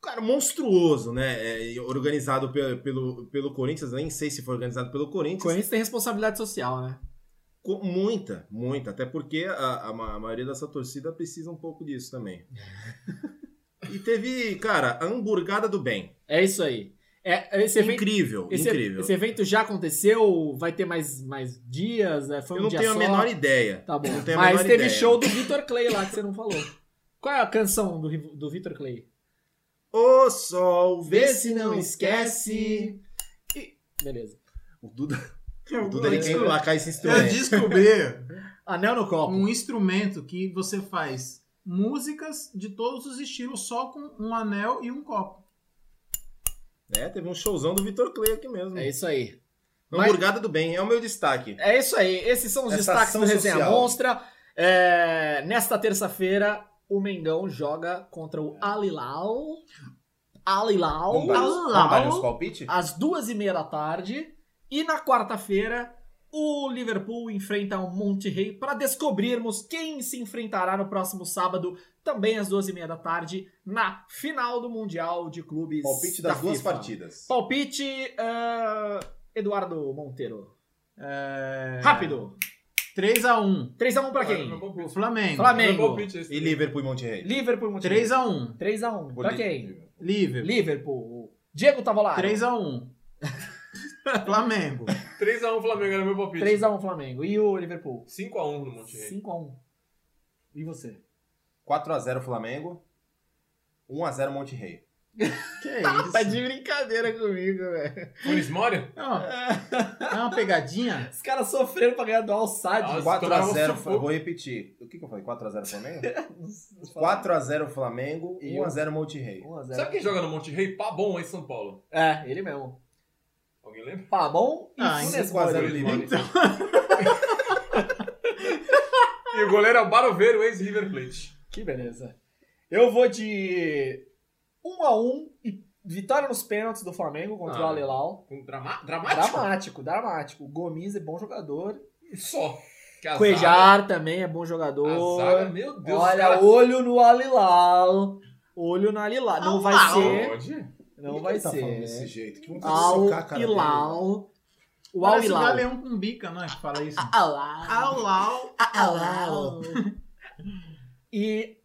C: cara, monstruoso, né? É, e organizado pelo, pelo, pelo Corinthians, nem sei se foi organizado pelo Corinthians.
A: Corinthians tem responsabilidade social, né?
C: Co- Muita, muita. Até porque a, a ma- a maioria dessa torcida precisa um pouco disso também. e teve, cara, a hamburgada do bem.
A: É isso aí. É, esse evento
C: incrível,
A: Esse,
C: incrível.
A: esse evento já aconteceu? Vai ter mais, mais dias? É, Foi
C: Eu
A: um
C: não
A: dia
C: tenho a
A: só?
C: menor ideia.
A: Tá bom.
C: não tenho a
A: Mas
C: menor
A: teve
C: ideia.
A: show do Vitor Clay lá que você não falou. Qual é a canção do, Riv- do Vitor Clay?
C: O sol, vê se não esquece.
A: Beleza.
C: O Duda,
B: é
C: o Duda ele quer emplacar esse
B: Eu
C: instrumento.
B: descobri
A: Anel no copo.
B: um instrumento que você faz músicas de todos os estilos só com um anel e um copo.
C: É, teve um showzão do Vitor Clay aqui mesmo.
A: É isso aí. Mas-
C: Hamburgada do bem, é o meu destaque.
A: É isso aí. Esses são os
C: Essa
A: destaques do
C: ação
A: Resenha
C: social.
A: Monstra. É, nesta terça-feira, o Mengão joga contra o Alilau. Alilau.
C: Vamos dar-
B: Al-Hilal.
C: vamos dar nos palpites?
A: às duas e meia da tarde. E na quarta-feira, o Liverpool enfrenta o Monterrey para descobrirmos quem se enfrentará no próximo sábado, também às duas e meia da tarde, na final do Mundial de Clubes.
C: Palpite
A: da
C: das duas
A: FIFA.
C: partidas.
A: Palpite, ah, Eduardo Monteiro.
B: É...
A: Rápido.
B: 3x1.
A: 3x1 pra quem?
D: Meu palpite.
B: Flamengo.
A: Flamengo.
D: Meu palpite é esse
C: E Liverpool e Monterrey.
A: Liverpool e Monterrey.
B: 3x1.
A: 3x1. Pra quem?
B: Liverpool.
A: Liverpool. Diego Tavalaro.
B: 3x1. Flamengo.
D: 3x1 Flamengo era meu
C: um.
D: palpite.
A: 3x1 Flamengo. E o Liverpool?
D: 5x1 no Monte Rei.
A: 5x1. E você?
C: 4x0 Flamengo. 1x0 Monterrey.
B: Que isso?
A: Tá de brincadeira comigo, velho.
D: Funes Mori?
B: É uma, é uma pegadinha?
A: Os caras sofreram pra ganhar do Alçad.
D: Ah,
C: 4x0,
D: Tomaram um
C: Flamengo.
D: sufoco.
C: vou repetir. O que, que eu falei? 4x0 Flamengo? 4x0 Flamengo,
A: E
C: 1x0 Monterrey.
A: Né?
D: Sabe quem joga no Monte Rei? Pabon, em São Paulo.
A: É, ele mesmo.
D: Alguém lembra?
A: Pabon e
B: Ah,
A: Funes
C: cinco a zero
A: Mori.
D: Funes Mori.
C: Então.
D: E o goleiro é o Baroveiro, ex-River Plate.
A: Que beleza. Eu vou de 1x1 e vitória nos pênaltis do Flamengo contra o
D: Ah.
A: Alelau.
D: Com drama- dramático?
A: Dramático, dramático. O Gomes é bom jogador.
D: Só. Que a zaga-
A: Cuejar também é bom
D: a
A: jogador.
D: zaga, meu Deus.
A: Olha,
D: cara,
A: olho no Alilau. Olho no Alilau. Não vai
B: Alilau.
A: ser.
D: Pode?
A: Não vai
C: tá falando desse
A: ser.
C: jeito? Que vontade de
A: Al
C: socar a cara dele.
A: Hilal. O Al
B: Parece o
A: Hilal.
B: Galeão com bica, não é que fala isso?
A: Alau.
B: Alau.
A: Alau. E.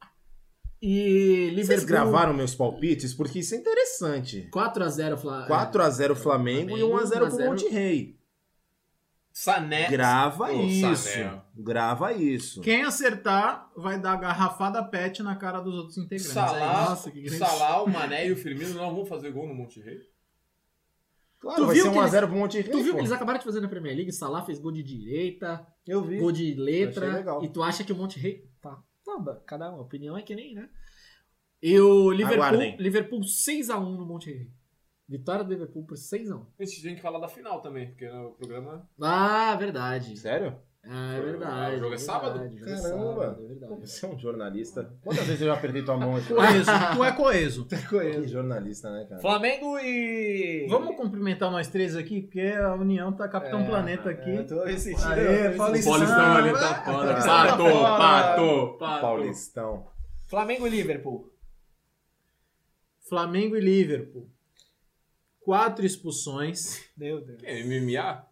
A: E. Liverpool.
C: Vocês gravaram meus palpites? Porque isso é interessante.
A: 4x0, Flávio.
C: 4x0 Flamengo e 1x0 pro
A: É, Flamengo, um
C: Monterrey.
A: É.
D: Sané.
C: Grava
D: Pô,
C: isso.
D: Sané.
C: Grava isso.
B: Quem acertar vai dar garrafada pet na cara dos outros integrantes.
D: Salah,
B: Aí, nossa, que grande.
D: Salah, o Mané e o Firmino não vão fazer gol no Monte Rei.
C: Claro,
A: Tu
C: vai
A: viu
C: ser
A: que
C: 1x0 pro Monte
A: Tu viu que eles acabaram de fazer na Premier League? Salah fez gol de direita,
C: Eu vi.
A: gol de
C: achei
A: letra.
C: legal.
A: E tu acha que o Monte Rei. Tá, tá, ba- cada uma opinião é que nem, né? E o Liverpool,
C: Aguardem.
A: Liverpool 6x1 no Monte Rei. Vitória do Liverpool por 6x1.
D: A gente tem que falar da final também, porque no programa.
A: Ah, verdade.
C: Sério?
A: Ah, é
D: Foi-
A: verdade.
D: o jogo é
A: verdade,
D: sábado?
A: o jogo é
C: Caramba.
A: sábado, é verdade.
C: Você é um jornalista. Quantas vezes eu já perdi tua mão aqui?
B: Coeso, tu é coeso.
C: Que jornalista, né, cara?
A: Flamengo e.
B: Vamos cumprimentar nós três aqui, porque a União tá Capitão Planeta aqui.
A: É,
C: Eu tô ressentindo.
B: Aê, fala isso.
D: Paulistão ali
B: vai.
D: tá foda.
C: Ah.
D: Pato, pato, pato.
C: Paulistão.
A: Flamengo e Liverpool.
B: Flamengo e Liverpool. Quatro expulsões.
A: Meu Deus.
D: É, MMA?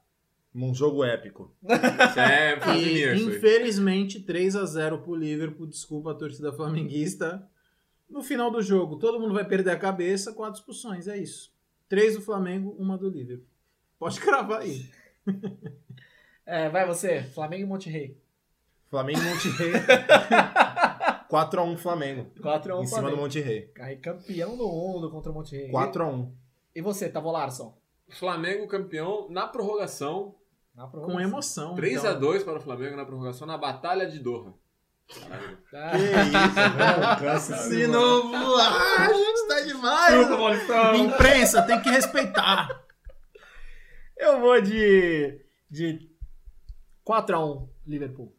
C: Num jogo épico.
D: Isso é
B: E,
D: brasileiro isso aí.
B: infelizmente, 3 a 0 pro Liverpool. Desculpa a torcida flamenguista. No final do jogo, todo mundo vai perder a cabeça. Quatro expulsões, é isso. Três do Flamengo, uma do Liverpool. Pode cravar aí.
A: É, vai você, Flamengo e Monte Rei.
C: Flamengo e Monte Rei. 4x1 Flamengo.
A: 4x1
C: Em cima do
A: Então, Flamengo.
C: Monte Rei.
A: Aí, campeão do mundo contra o Monte Rei.
C: 4x1.
A: E você, Tavolarson?
D: Flamengo campeão na prorrogação.
A: Na
B: Com emoção.
D: 3
B: então.
D: a 2 para o Flamengo na prorrogação na Batalha de Doha. Caralho.
C: Que
A: Ah.
C: isso, velho.
B: De novo. Ah, a gente tá demais.
D: Desculpa, Paulistão.
B: Imprensa, tem que respeitar.
A: Eu vou de. de 4x1 Liverpool.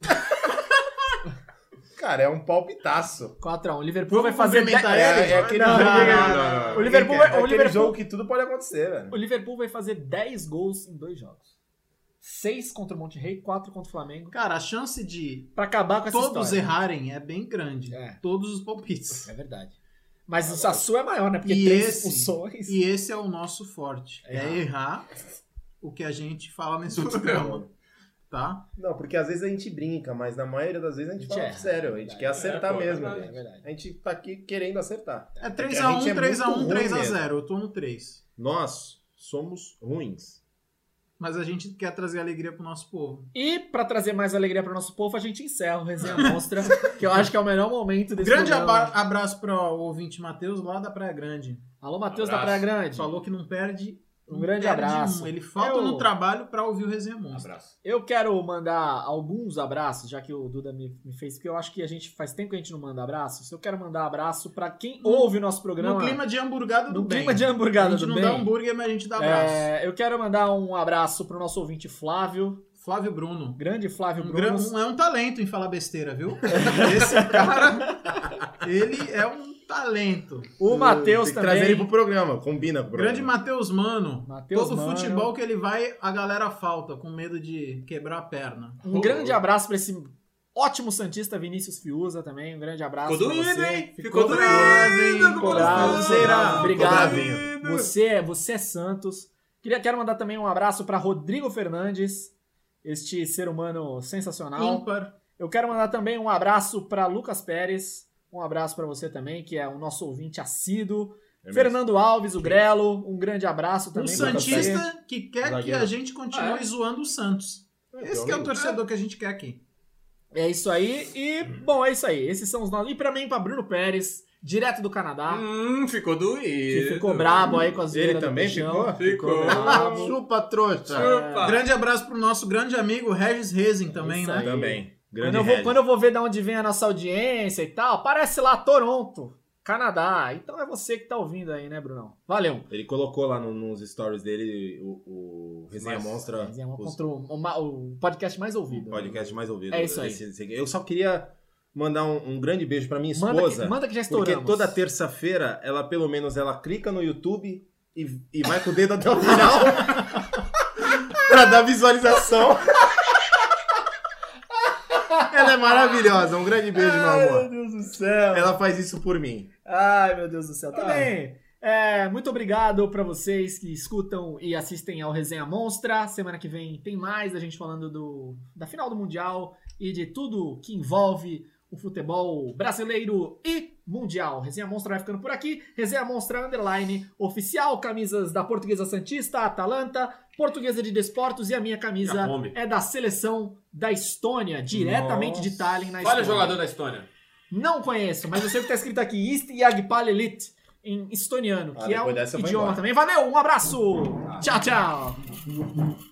C: Cara, é um palpitaço.
A: 4x1. Liverpool
B: Vamos
A: vai fazer.
B: cumprimentar
A: dez-
C: É,
B: ele?
C: é aquele
A: Não,
C: jogo.
A: não,
D: Ah, não, não, não.
A: O Liverpool
C: é,
A: vai-
C: é
A: o
C: aquele
A: Liverpool-
C: jogo que tudo pode acontecer, velho.
A: O Liverpool vai fazer 10 gols em dois jogos. 6 contra o Monte Rei, 4 contra o Flamengo.
B: Cara, a chance de
A: Pra acabar com essa
B: todos
A: história.
B: errarem é bem grande.
A: É.
B: Todos os palpites.
A: É verdade. Mas a sua é maior, né? Porque
B: E
A: três
B: esse?
A: expulsões.
B: E esse é o nosso forte. É,
A: É.
B: errar o que a gente fala nesse programa. Tá?
C: Não, porque às vezes a gente brinca, mas na maioria das vezes a gente,
A: A gente
C: fala
A: erra,
C: sério. A
A: é
C: gente
A: verdade.
C: quer acertar
D: É, pô, é
C: mesmo.
D: verdade.
A: É verdade.
C: A gente tá aqui querendo acertar.
B: É
C: a gente
B: 3x1,
C: é
B: 3x1,
C: muito
B: 3x0. Eu tô no 3.
C: Nós somos ruins.
B: Mas a gente quer trazer alegria pro nosso povo.
A: E pra trazer mais alegria pro nosso povo, a gente encerra o Resenha Monstra, que eu acho que é o melhor momento desse
B: Grande
A: programa.
B: aba- abraço pro ouvinte Matheus lá da Praia Grande.
A: Alô, Matheus da
D: Abraço.
A: Praia Grande.
B: Falou que não perde.
A: Um
B: não
A: grande
B: perde
A: abraço.
B: um. Ele falta
A: Eu-
B: no trabalho pra ouvir o Resenha Monstro.
D: Um Abraço.
A: Eu quero mandar alguns abraços, já que o Duda me, me fez, porque eu acho que a gente faz tempo que a gente não manda abraços. Eu quero mandar abraço pra quem ouve o nosso
B: No
A: programa.
B: clima de hamburgada do
A: no
B: bem.
A: clima de
B: a
A: hamburgada
B: gente
A: do
B: não
A: bem.
B: dá hambúrguer, mas a gente dá abraço.
A: É, eu quero mandar um abraço pro nosso ouvinte Flávio,
B: Flávio Bruno.
A: grande Flávio
B: Um gran-
A: Bruno.
B: um- é um talento em falar besteira, viu? Esse cara, ele é um talento.
A: O Matheus
C: Tem que trazer ele pro
A: também.
C: programa. Combina com o programa.
B: Grande Matheus Mano.
A: Matheus
B: Todo
A: Mano.
B: futebol que ele vai, a galera falta, com medo de quebrar a perna.
A: Um grande abraço pra esse ótimo Santista Vinícius Fiuza também. Um grande abraço.
D: Ficou
A: pra
D: doído,
A: você.
D: hein?
A: Ficou
D: Ficou
A: doído.
D: doído.
A: Ficou
D: Ficou
A: bravo.
D: doído.
A: Será?
D: Ficou
A: Obrigado.
C: bravinho.
A: Você, é- você é Santos. Queria, quero mandar também um abraço pra Rodrigo Fernandes, este ser humano sensacional.
B: Ímpar.
A: Eu quero mandar também um abraço pra Lucas Pérez. Um abraço pra você também, que é o nosso ouvinte assíduo.
C: É mesmo.
A: Fernando Alves, o Grelo, um grande abraço
B: Um
A: também. pra você.
B: Santista que quer que
C: Zagueiro.
B: a gente continue
D: Ah, é?
B: zoando o Santos. Esse que é o torcedor que a gente quer aqui.
A: É isso aí. E, bom, é isso aí. Esses são os nossos. E pra mim, pra Bruno Pérez, direto do Canadá,
D: Hum, ficou doído.
A: que ficou brabo aí com as
C: Ele
A: zoeiras do
C: também
A: Peixão.
C: ficou?
D: Ficou.
A: brabo.
C: Chupa trouxa.
D: Chupa.
B: Grande abraço pro nosso grande amigo Regis Rezin também,
A: isso
B: né?
A: aí.
C: Também.
A: Quando
C: Grande
A: eu, vou,
C: Regis.
A: quando eu vou ver de onde vem a nossa audiência e tal, aparece lá Toronto, Canadá. Então é você que tá ouvindo aí, né, Brunão? Valeu.
C: Ele colocou lá no- nos stories dele o, o Resenha
D: Mas-
C: Monstra.
A: Mas é um
C: Ah, os
A: contra o, o ma- o podcast mais ouvido.
C: podcast mais ouvido.
A: É isso aí.
C: Esse- esse- eu só queria mandar um, um grande beijo pra minha
A: Manda que,
C: esposa.
A: manda que já
C: porque
A: estouramos.
C: toda terça-feira, ela pelo menos ela clica no YouTube e, e vai com o dedo até o final pra dar visualização. ela é maravilhosa. Um grande beijo, meu
A: Ai, meu
C: amor.
A: Deus do céu.
C: Ela faz isso por mim.
A: Ai, meu Deus do
D: Ah.
A: céu. Também. é, muito obrigado pra vocês que escutam e assistem ao Resenha Monstra. Semana que vem tem mais da gente falando do, da final do Mundial e de tudo que envolve o futebol brasileiro e Mundial. Resenha Monstra vai ficando por aqui. Resenha Monstra Underline Oficial, camisas da Portuguesa Santista, Atalanta, Portuguesa de Desportos e a minha
D: E
A: camisa
D: a Kombi.
A: é da seleção da Estônia, diretamente de Tallinn, na
D: Olha o
A: Estônia.
D: jogador da Estônia.
A: Não conheço, mas eu sei que tá escrito aqui East Yagpal Elite em estoniano,
C: Ah,
A: que é um
C: depois dessa eu vou Ah.
A: idioma
C: embora.
A: também. Valeu, um abraço! Tchau, tchau!